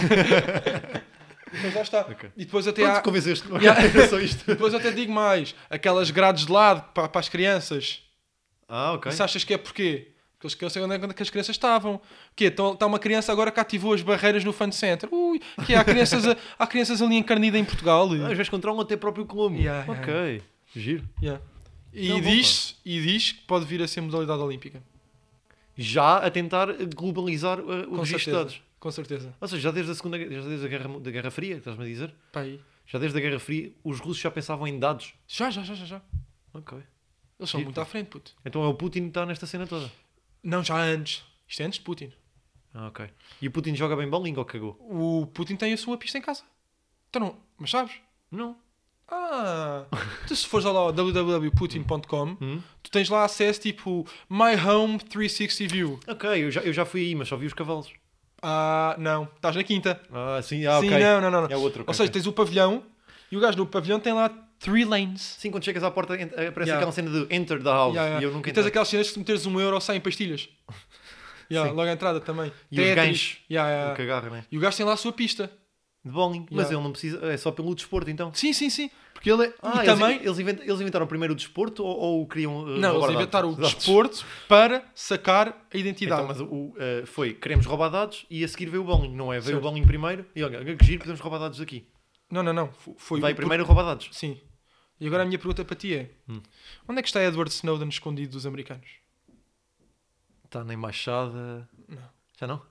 Speaker 1: Mas lá está.
Speaker 2: Ok.
Speaker 1: E depois até
Speaker 2: Pronto,
Speaker 1: há...
Speaker 2: convenceste. Ok,
Speaker 1: Yeah.
Speaker 2: era só isto.
Speaker 1: Depois até digo mais, aquelas grades de lado para, para as crianças.
Speaker 2: Ah, ok.
Speaker 1: Isso achas que é porquê? Porque eles queriam saber onde é que as crianças estavam. O quê? Então, Está uma criança agora que ativou as barreiras no fan center. Ui, que é, há, crianças, a- há crianças ali encarnidas em Portugal.
Speaker 2: Ah, os gajos controlam até próprio Colombo.
Speaker 1: Yeah,
Speaker 2: ok. Giro.
Speaker 1: Yeah. E,
Speaker 2: Não, bom,
Speaker 1: diz, e diz que pode vir a ser modalidade olímpica.
Speaker 2: Já a tentar globalizar uh, o
Speaker 1: Com
Speaker 2: registro de
Speaker 1: certeza.
Speaker 2: dados.
Speaker 1: Com certeza.
Speaker 2: Ou seja, já desde a segunda já desde a guerra, Mu- da guerra Fria, que estás-me a dizer?
Speaker 1: Pá, aí.
Speaker 2: Já desde a Guerra Fria, os russos já pensavam em dados.
Speaker 1: Já, já, já, já, já.
Speaker 2: Ok.
Speaker 1: Eles são
Speaker 2: Sim,
Speaker 1: muito
Speaker 2: pá.
Speaker 1: à frente, puto.
Speaker 2: Então é o Putin que está nesta cena toda.
Speaker 1: Não, já antes. Isto é antes de Putin.
Speaker 2: Ah, ok. E o Putin joga bem bowling ou cagou?
Speaker 1: O Putin tem a sua pista em casa. Então não... Mas sabes?
Speaker 2: Não.
Speaker 1: Ah, tu se fores lá ao www.putin.com,
Speaker 2: Hum.
Speaker 1: tu tens lá acesso tipo My Home 360 View.
Speaker 2: Ok, eu já, eu já fui aí, mas só vi os cavalos.
Speaker 1: Ah, não. Estás na quinta.
Speaker 2: Ah, sim, ah,
Speaker 1: Sim,
Speaker 2: ok.
Speaker 1: não, não, não. não.
Speaker 2: É outro.
Speaker 1: Ou seja, tens o pavilhão e o gajo do pavilhão tem lá three lanes.
Speaker 2: Sim, quando chegas à porta, ent- aparece
Speaker 1: Yeah.
Speaker 2: aquela cena de Enter the House.
Speaker 1: Yeah, yeah.
Speaker 2: Oh, E eu nunca
Speaker 1: tens
Speaker 2: entrei.
Speaker 1: aquelas cenas que se meteres um euro saem pastilhas. Yeah, logo à entrada também.
Speaker 2: E os
Speaker 1: Tetris.
Speaker 2: ganchos.
Speaker 1: Yeah, yeah,
Speaker 2: O que
Speaker 1: yeah.
Speaker 2: agarra, né?
Speaker 1: E o gajo tem lá a sua pista.
Speaker 2: De bowling. Mas
Speaker 1: Yeah.
Speaker 2: ele não precisa. É só pelo desporto, então.
Speaker 1: Sim, sim, sim.
Speaker 2: Porque ele é.
Speaker 1: Ah,
Speaker 2: e
Speaker 1: eles-
Speaker 2: também. Eles, invent- eles inventaram primeiro o desporto ou, ou o criam. eh,
Speaker 1: Não,
Speaker 2: roubar
Speaker 1: eles inventaram o
Speaker 2: dados? Dados.
Speaker 1: desporto para sacar a identidade.
Speaker 2: Então, mas o, eh, foi, queremos roubar dados e a seguir veio o bowling, não é? Veio o
Speaker 1: Certo.
Speaker 2: bowling primeiro e olha, que giro, podemos roubar dados aqui.
Speaker 1: Não, não, não. Fo- Foi
Speaker 2: Vai
Speaker 1: o-
Speaker 2: primeiro Hum. roubar dados.
Speaker 1: Sim. E agora a minha pergunta para ti é: onde é que está Edward Snowden escondido dos americanos?
Speaker 2: Está na embaixada.
Speaker 1: Não.
Speaker 2: Já não? Onde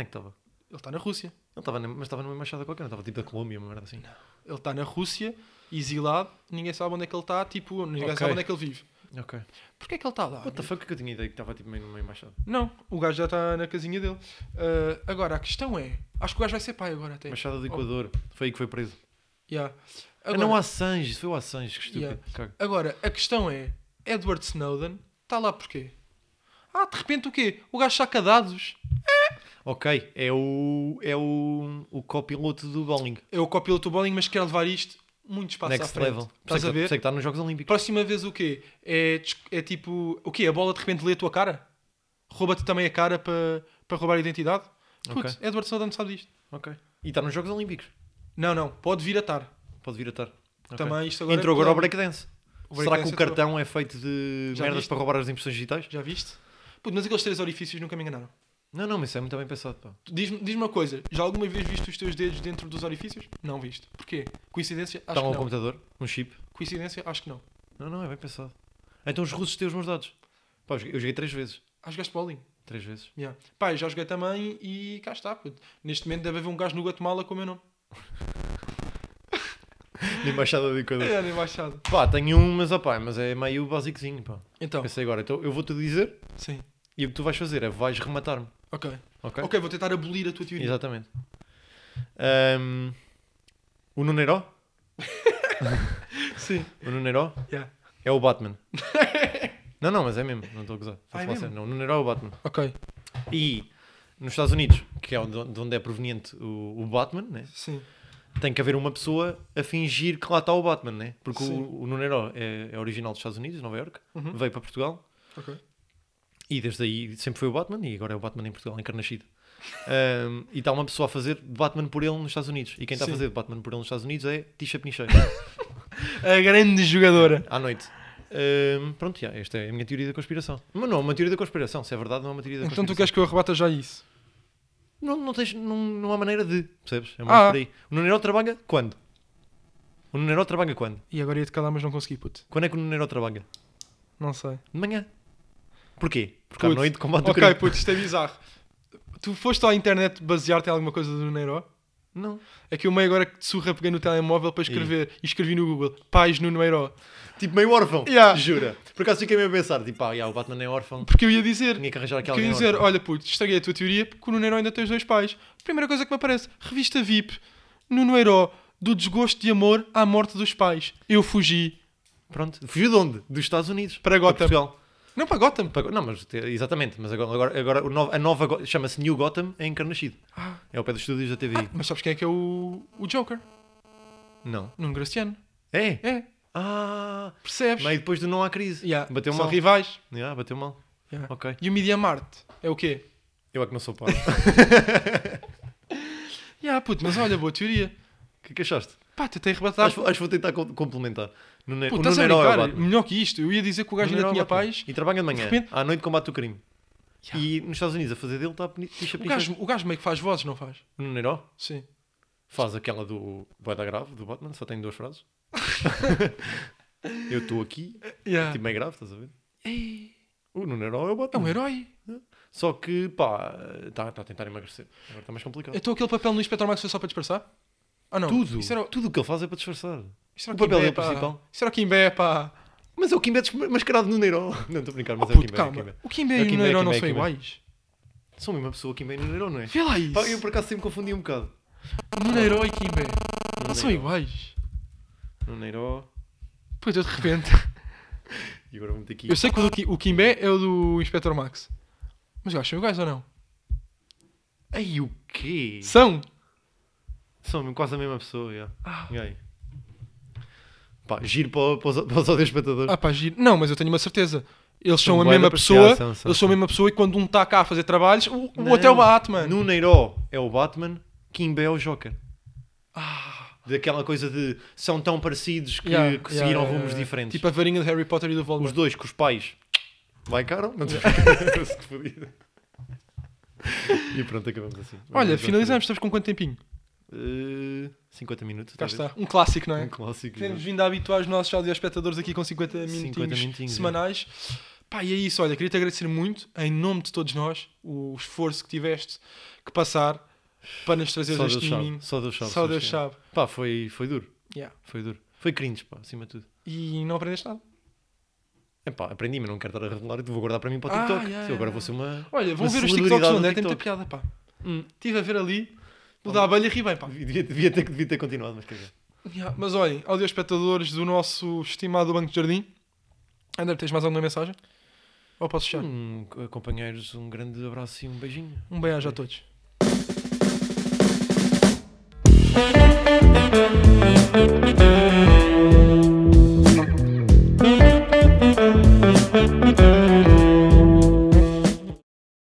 Speaker 2: é que estava?
Speaker 1: Ele está na Rússia.
Speaker 2: Ele estava, na- mas estava numa embaixada qualquer, não estava tipo da Colômbia, uma merda assim.
Speaker 1: Ele está na Rússia, exilado, ninguém sabe onde é que ele está, tipo, ninguém
Speaker 2: Ok.
Speaker 1: sabe onde é que ele vive.
Speaker 2: Ok.
Speaker 1: Porquê é que ele está lá?
Speaker 2: What the fuck que eu tinha ideia que estava tipo meio numa embaixada.
Speaker 1: Não, o gajo já está na casinha dele. Ah, agora, a questão é: acho que o gajo vai ser pai agora até.
Speaker 2: Embaixada do Equador. Foi aí que foi preso.
Speaker 1: Yeah.
Speaker 2: Ah,
Speaker 1: Oh. Agora,
Speaker 2: não, o Assange. Foi o Assange, que estúpido.
Speaker 1: Yeah.
Speaker 2: Cago.
Speaker 1: agora, a questão é: Edward Snowden está lá porquê? Ah, de repente o quê? O gajo saca dados.
Speaker 2: Ok, é o, é o, o copiloto do bowling.
Speaker 1: É o copiloto do bowling, mas quer levar isto muito espaço à
Speaker 2: Next
Speaker 1: frente.
Speaker 2: level.
Speaker 1: Estás a
Speaker 2: Sei que- tá-
Speaker 1: ver?
Speaker 2: sei é que está nos Jogos Olímpicos.
Speaker 1: Próxima vez o quê? É, dis- é tipo. O quê? A bola de repente lê a tua cara? Rouba-te também a cara para para roubar a identidade? Putz,
Speaker 2: Ok.
Speaker 1: Edward Snowden sabe disto.
Speaker 2: Ok. E está nos Jogos Olímpicos.
Speaker 1: Não, não, pode vir a estar.
Speaker 2: Pode vir a estar. Ok.
Speaker 1: Também isto agora
Speaker 2: Entrou
Speaker 1: é
Speaker 2: agora o
Speaker 1: polémico.
Speaker 2: breakdance.
Speaker 1: O
Speaker 2: Será que
Speaker 1: breakdance
Speaker 2: o
Speaker 1: entrou.
Speaker 2: cartão é feito de
Speaker 1: Já
Speaker 2: merdas
Speaker 1: viste?
Speaker 2: para roubar as impressões digitais?
Speaker 1: Já viste? Putz, mas aqueles três orifícios nunca me enganaram.
Speaker 2: Não, não, mas isso é muito bem pensado. Pá.
Speaker 1: Tu Diz-me diz-me uma coisa, já alguma vez viste os teus dedos dentro dos orifícios? Não viste. Porquê? Coincidência? Acho
Speaker 2: Está um
Speaker 1: que não.
Speaker 2: computador, um chip.
Speaker 1: Coincidência? Acho que não.
Speaker 2: Não, não, é bem pensado. Então os russos têm os meus dados. Pá, eu joguei- eu joguei três vezes.
Speaker 1: Ah, jogaste bowling.
Speaker 2: Três vezes.
Speaker 1: Yeah. Pá, eu já joguei também e cá está. puto. Neste momento deve haver um gajo no Guatemala com o meu nome.
Speaker 2: Na embaixada do Equador.
Speaker 1: É, na embaixada.
Speaker 2: Pá, tenho um, mas, ó, pá, mas é meio basicozinho. Pá.
Speaker 1: Então,
Speaker 2: Pensei agora, então eu vou-te dizer
Speaker 1: sim.
Speaker 2: e o que tu vais fazer é vais rematar-me.
Speaker 1: Ok.
Speaker 2: Ok?
Speaker 1: Ok, vou tentar abolir a tua teoria.
Speaker 2: Exatamente. Ahm, o Nuneró?
Speaker 1: Sim.
Speaker 2: O Nuneró
Speaker 1: Yeah.
Speaker 2: é o Batman. não, não, mas é mesmo. Não estou a gozar. Estou
Speaker 1: Ah,
Speaker 2: a
Speaker 1: é
Speaker 2: falar
Speaker 1: mesmo?
Speaker 2: sério. Não, o Nuneró é o Batman.
Speaker 1: Ok.
Speaker 2: E nos Estados Unidos, que é onde- de onde é proveniente o, o Batman, né?
Speaker 1: Sim.
Speaker 2: tem que haver uma pessoa a fingir que lá está o Batman, né? porque
Speaker 1: Sim. Uhum.
Speaker 2: o, o Nuneró é, é original dos Estados Unidos, Nova York, veio para Portugal
Speaker 1: Ok.
Speaker 2: e desde aí sempre foi o Batman e agora é o Batman em Portugal, encarnascido. Ahm, e está uma pessoa a fazer Batman por ele nos Estados Unidos. E quem está a
Speaker 1: Sim.
Speaker 2: fazer Batman por ele nos Estados Unidos é Tisha Pincheiro,
Speaker 1: A grande jogadora.
Speaker 2: à noite. Ahm, pronto, já, esta é a minha teoria da conspiração. Mas não é uma teoria da conspiração, se é verdade, não é uma teoria da
Speaker 1: Então
Speaker 2: conspiração.
Speaker 1: tu queres que eu arrebata já isso?
Speaker 2: Não, não, tens, não, não há maneira de, percebes? É
Speaker 1: Ah.
Speaker 2: mais por aí. O Nuneró trabalha quando? O Nuneró trabalha quando?
Speaker 1: E agora ia-te calar, mas não consegui, puto.
Speaker 2: Quando é que o Nuneró trabalha?
Speaker 1: Não sei.
Speaker 2: De manhã. Porquê? Porque à
Speaker 1: Puto,
Speaker 2: noite combate o
Speaker 1: ok,
Speaker 2: crime.
Speaker 1: puto, isto é bizarro. Tu foste à internet basear-te em alguma coisa do Neiro?
Speaker 2: Não.
Speaker 1: É que eu meio agora que te surra peguei no telemóvel para escrever e, escrevi no Google Pais no Neiro.
Speaker 2: Tipo meio órfão.
Speaker 1: Yeah.
Speaker 2: Jura. Por acaso fiquei meio a pensar, tipo, ah, yeah, o Batman é órfão.
Speaker 1: Porque eu ia dizer,
Speaker 2: Tinha que arranjar aqui
Speaker 1: porque eu ia
Speaker 2: alguém
Speaker 1: dizer,
Speaker 2: órfão.
Speaker 1: olha puto, estraguei a tua teoria porque o Nuno Herói ainda tem os dois pais. Primeira coisa que me aparece, revista VIP, Nuno Herói, do desgosto de amor à morte dos pais. Eu fugi.
Speaker 2: Pronto. Fugiu de onde? Dos Estados Unidos.
Speaker 1: Para Gotham.
Speaker 2: Portugal.
Speaker 1: Não para Gotham.
Speaker 2: Para Go- Não, mas te- exatamente. Mas agora, agora, agora o novo- a nova Go- chama-se New Gotham é encarnascido.
Speaker 1: Ah.
Speaker 2: É ao pé dos estúdios da TVI.
Speaker 1: Mas sabes quem é que é o, o Joker?
Speaker 2: Não.
Speaker 1: Nuno Graciano.
Speaker 2: É?
Speaker 1: É,
Speaker 2: Ah.
Speaker 1: percebes?
Speaker 2: Meio depois do não há crise.
Speaker 1: Yeah,
Speaker 2: Bateu
Speaker 1: São
Speaker 2: mal.
Speaker 1: rivais.
Speaker 2: Yeah, bateu mal.
Speaker 1: Yeah.
Speaker 2: Ok.
Speaker 1: E o Media Mart é o quê?
Speaker 2: Eu é que não sou pai.
Speaker 1: Yeah, puto, mas olha, boa teoria.
Speaker 2: O que é que achaste?
Speaker 1: Pá, tentei rebatar.
Speaker 2: Acho, acho que vou tentar co- complementar. Nune-
Speaker 1: Puto,
Speaker 2: o
Speaker 1: estás a
Speaker 2: Nuno Herói é o
Speaker 1: brincar?
Speaker 2: Batman.
Speaker 1: Melhor que isto. Eu ia dizer que o gajo
Speaker 2: Não
Speaker 1: ainda
Speaker 2: era
Speaker 1: tinha
Speaker 2: o Batman.
Speaker 1: pais.
Speaker 2: E trabalha de manhã.
Speaker 1: repente-
Speaker 2: À noite combate o crime. E nos Estados Unidos a fazer dele está picha
Speaker 1: O
Speaker 2: picha.
Speaker 1: gajo, o gajo meio que faz vozes, não faz?
Speaker 2: No Neiro
Speaker 1: Sim.
Speaker 2: faz aquela do Boa da Grave, do Batman, só tem duas frases. Eu estou aqui,
Speaker 1: Yeah.
Speaker 2: tipo meio grave, estás a ver?
Speaker 1: Ei,
Speaker 2: O Nuno Herói é o
Speaker 1: é
Speaker 2: Batman.
Speaker 1: um herói.
Speaker 2: Só que, pá, está tá a tentar emagrecer. Agora está mais complicado.
Speaker 1: Então aquele papel no Inspector Max foi só para dispersar? Ah não.
Speaker 2: Tudo,
Speaker 1: Isso era,
Speaker 2: tudo o que ele faz é para disfarçar.
Speaker 1: isso era
Speaker 2: o papel
Speaker 1: Kimbé,
Speaker 2: dele
Speaker 1: pá.
Speaker 2: principal.
Speaker 1: Isso era o Kimbé, pá.
Speaker 2: Mas é o Kimber mascarado no Neiro. Não, estou a brincar,
Speaker 1: Oh,
Speaker 2: mas é o
Speaker 1: puto,
Speaker 2: Kimber. É o
Speaker 1: calma.
Speaker 2: Kimber.
Speaker 1: O Kimbé
Speaker 2: É o
Speaker 1: e o
Speaker 2: Kimbé,
Speaker 1: Neiro não
Speaker 2: Kimbé,
Speaker 1: são
Speaker 2: Kimbé.
Speaker 1: iguais.
Speaker 2: São a mesma pessoa, Kimber e Neiro, não é?
Speaker 1: Vê lá isso.
Speaker 2: Pá, eu por acaso sempre confundi um bocado.
Speaker 1: Nuneiro e Kimbé. Não são
Speaker 2: Neiro.
Speaker 1: iguais.
Speaker 2: No Neiro.
Speaker 1: Puto, eu de repente.
Speaker 2: E agora vou meter aqui.
Speaker 1: Eu sei que o, do Ki- o Kimbé é o do Inspector Max. Mas eu acho que são iguais ou não?
Speaker 2: Ei, o quê?
Speaker 1: São.
Speaker 2: São quase a mesma pessoa, já.
Speaker 1: Ah.
Speaker 2: E aí? Pá, giro para, para, os, para os audios espectadores.
Speaker 1: Ah, pá, giro. Não, mas eu tenho uma certeza. Eles são,
Speaker 2: São
Speaker 1: a
Speaker 2: bué
Speaker 1: mesma
Speaker 2: da parcial,
Speaker 1: pessoa.
Speaker 2: são, são,
Speaker 1: eles são a
Speaker 2: são.
Speaker 1: mesma pessoa e quando um está cá a fazer trabalhos, o, o outro é o Batman.
Speaker 2: No Neiro é o Batman, Kimba é o Joker. Daquela coisa de são tão parecidos que,
Speaker 1: Ah, Yeah,
Speaker 2: que
Speaker 1: yeah,
Speaker 2: seguiram
Speaker 1: yeah,
Speaker 2: rumos
Speaker 1: yeah.
Speaker 2: diferentes.
Speaker 1: Tipo a varinha de Harry Potter e do
Speaker 2: Os
Speaker 1: Voldemort.
Speaker 2: dois com os pais. Vai caro? Não te Se que fodido. E pronto, acabamos assim.
Speaker 1: Olha,
Speaker 2: Vamos
Speaker 1: finalizamos. Estamos com quanto tempinho?
Speaker 2: Eh, 50 minutos.
Speaker 1: Cá
Speaker 2: talvez.
Speaker 1: está. Um clássico, não é?
Speaker 2: Um clássico.
Speaker 1: Temos vindo a habituar os nossos audioespectadores aqui com 50 minutinhos,
Speaker 2: 50 minutinhos, é.
Speaker 1: semanais. Pá, e é isso. Olha, queria-te agradecer muito, em nome de todos nós, o esforço que tiveste que passar para nos trazer
Speaker 2: Só Deus
Speaker 1: este
Speaker 2: sabe.
Speaker 1: menino.
Speaker 2: Só Deus sabe.
Speaker 1: Só Deus sabe.
Speaker 2: Pá, foi, foi duro.
Speaker 1: Yeah.
Speaker 2: Foi duro. Foi cringe, pá, acima de tudo.
Speaker 1: E não aprendeste nada.
Speaker 2: Epá, aprendi, mas não quero estar a revelar e vou guardar para mim para o
Speaker 1: Ah,
Speaker 2: TikTok.
Speaker 1: yeah,
Speaker 2: Se eu
Speaker 1: yeah,
Speaker 2: agora vou ser uma.
Speaker 1: Olha, vão
Speaker 2: uma
Speaker 1: ver os TikToks
Speaker 2: celebridade
Speaker 1: onde
Speaker 2: no
Speaker 1: é, tem muita
Speaker 2: TikTok.
Speaker 1: piada, pá. Hum. Estive a ver ali, o da abelha ri bem, pá.
Speaker 2: Devia, devia ter, devia ter continuado, mas quer dizer.
Speaker 1: Yeah, Mas olhem, audioespectadores do nosso estimado Banco de Jardim, André, tens mais alguma mensagem? Ou posso fechar?
Speaker 2: Hum, companheiros, um grande abraço e um beijinho.
Speaker 1: Um beijo a todos.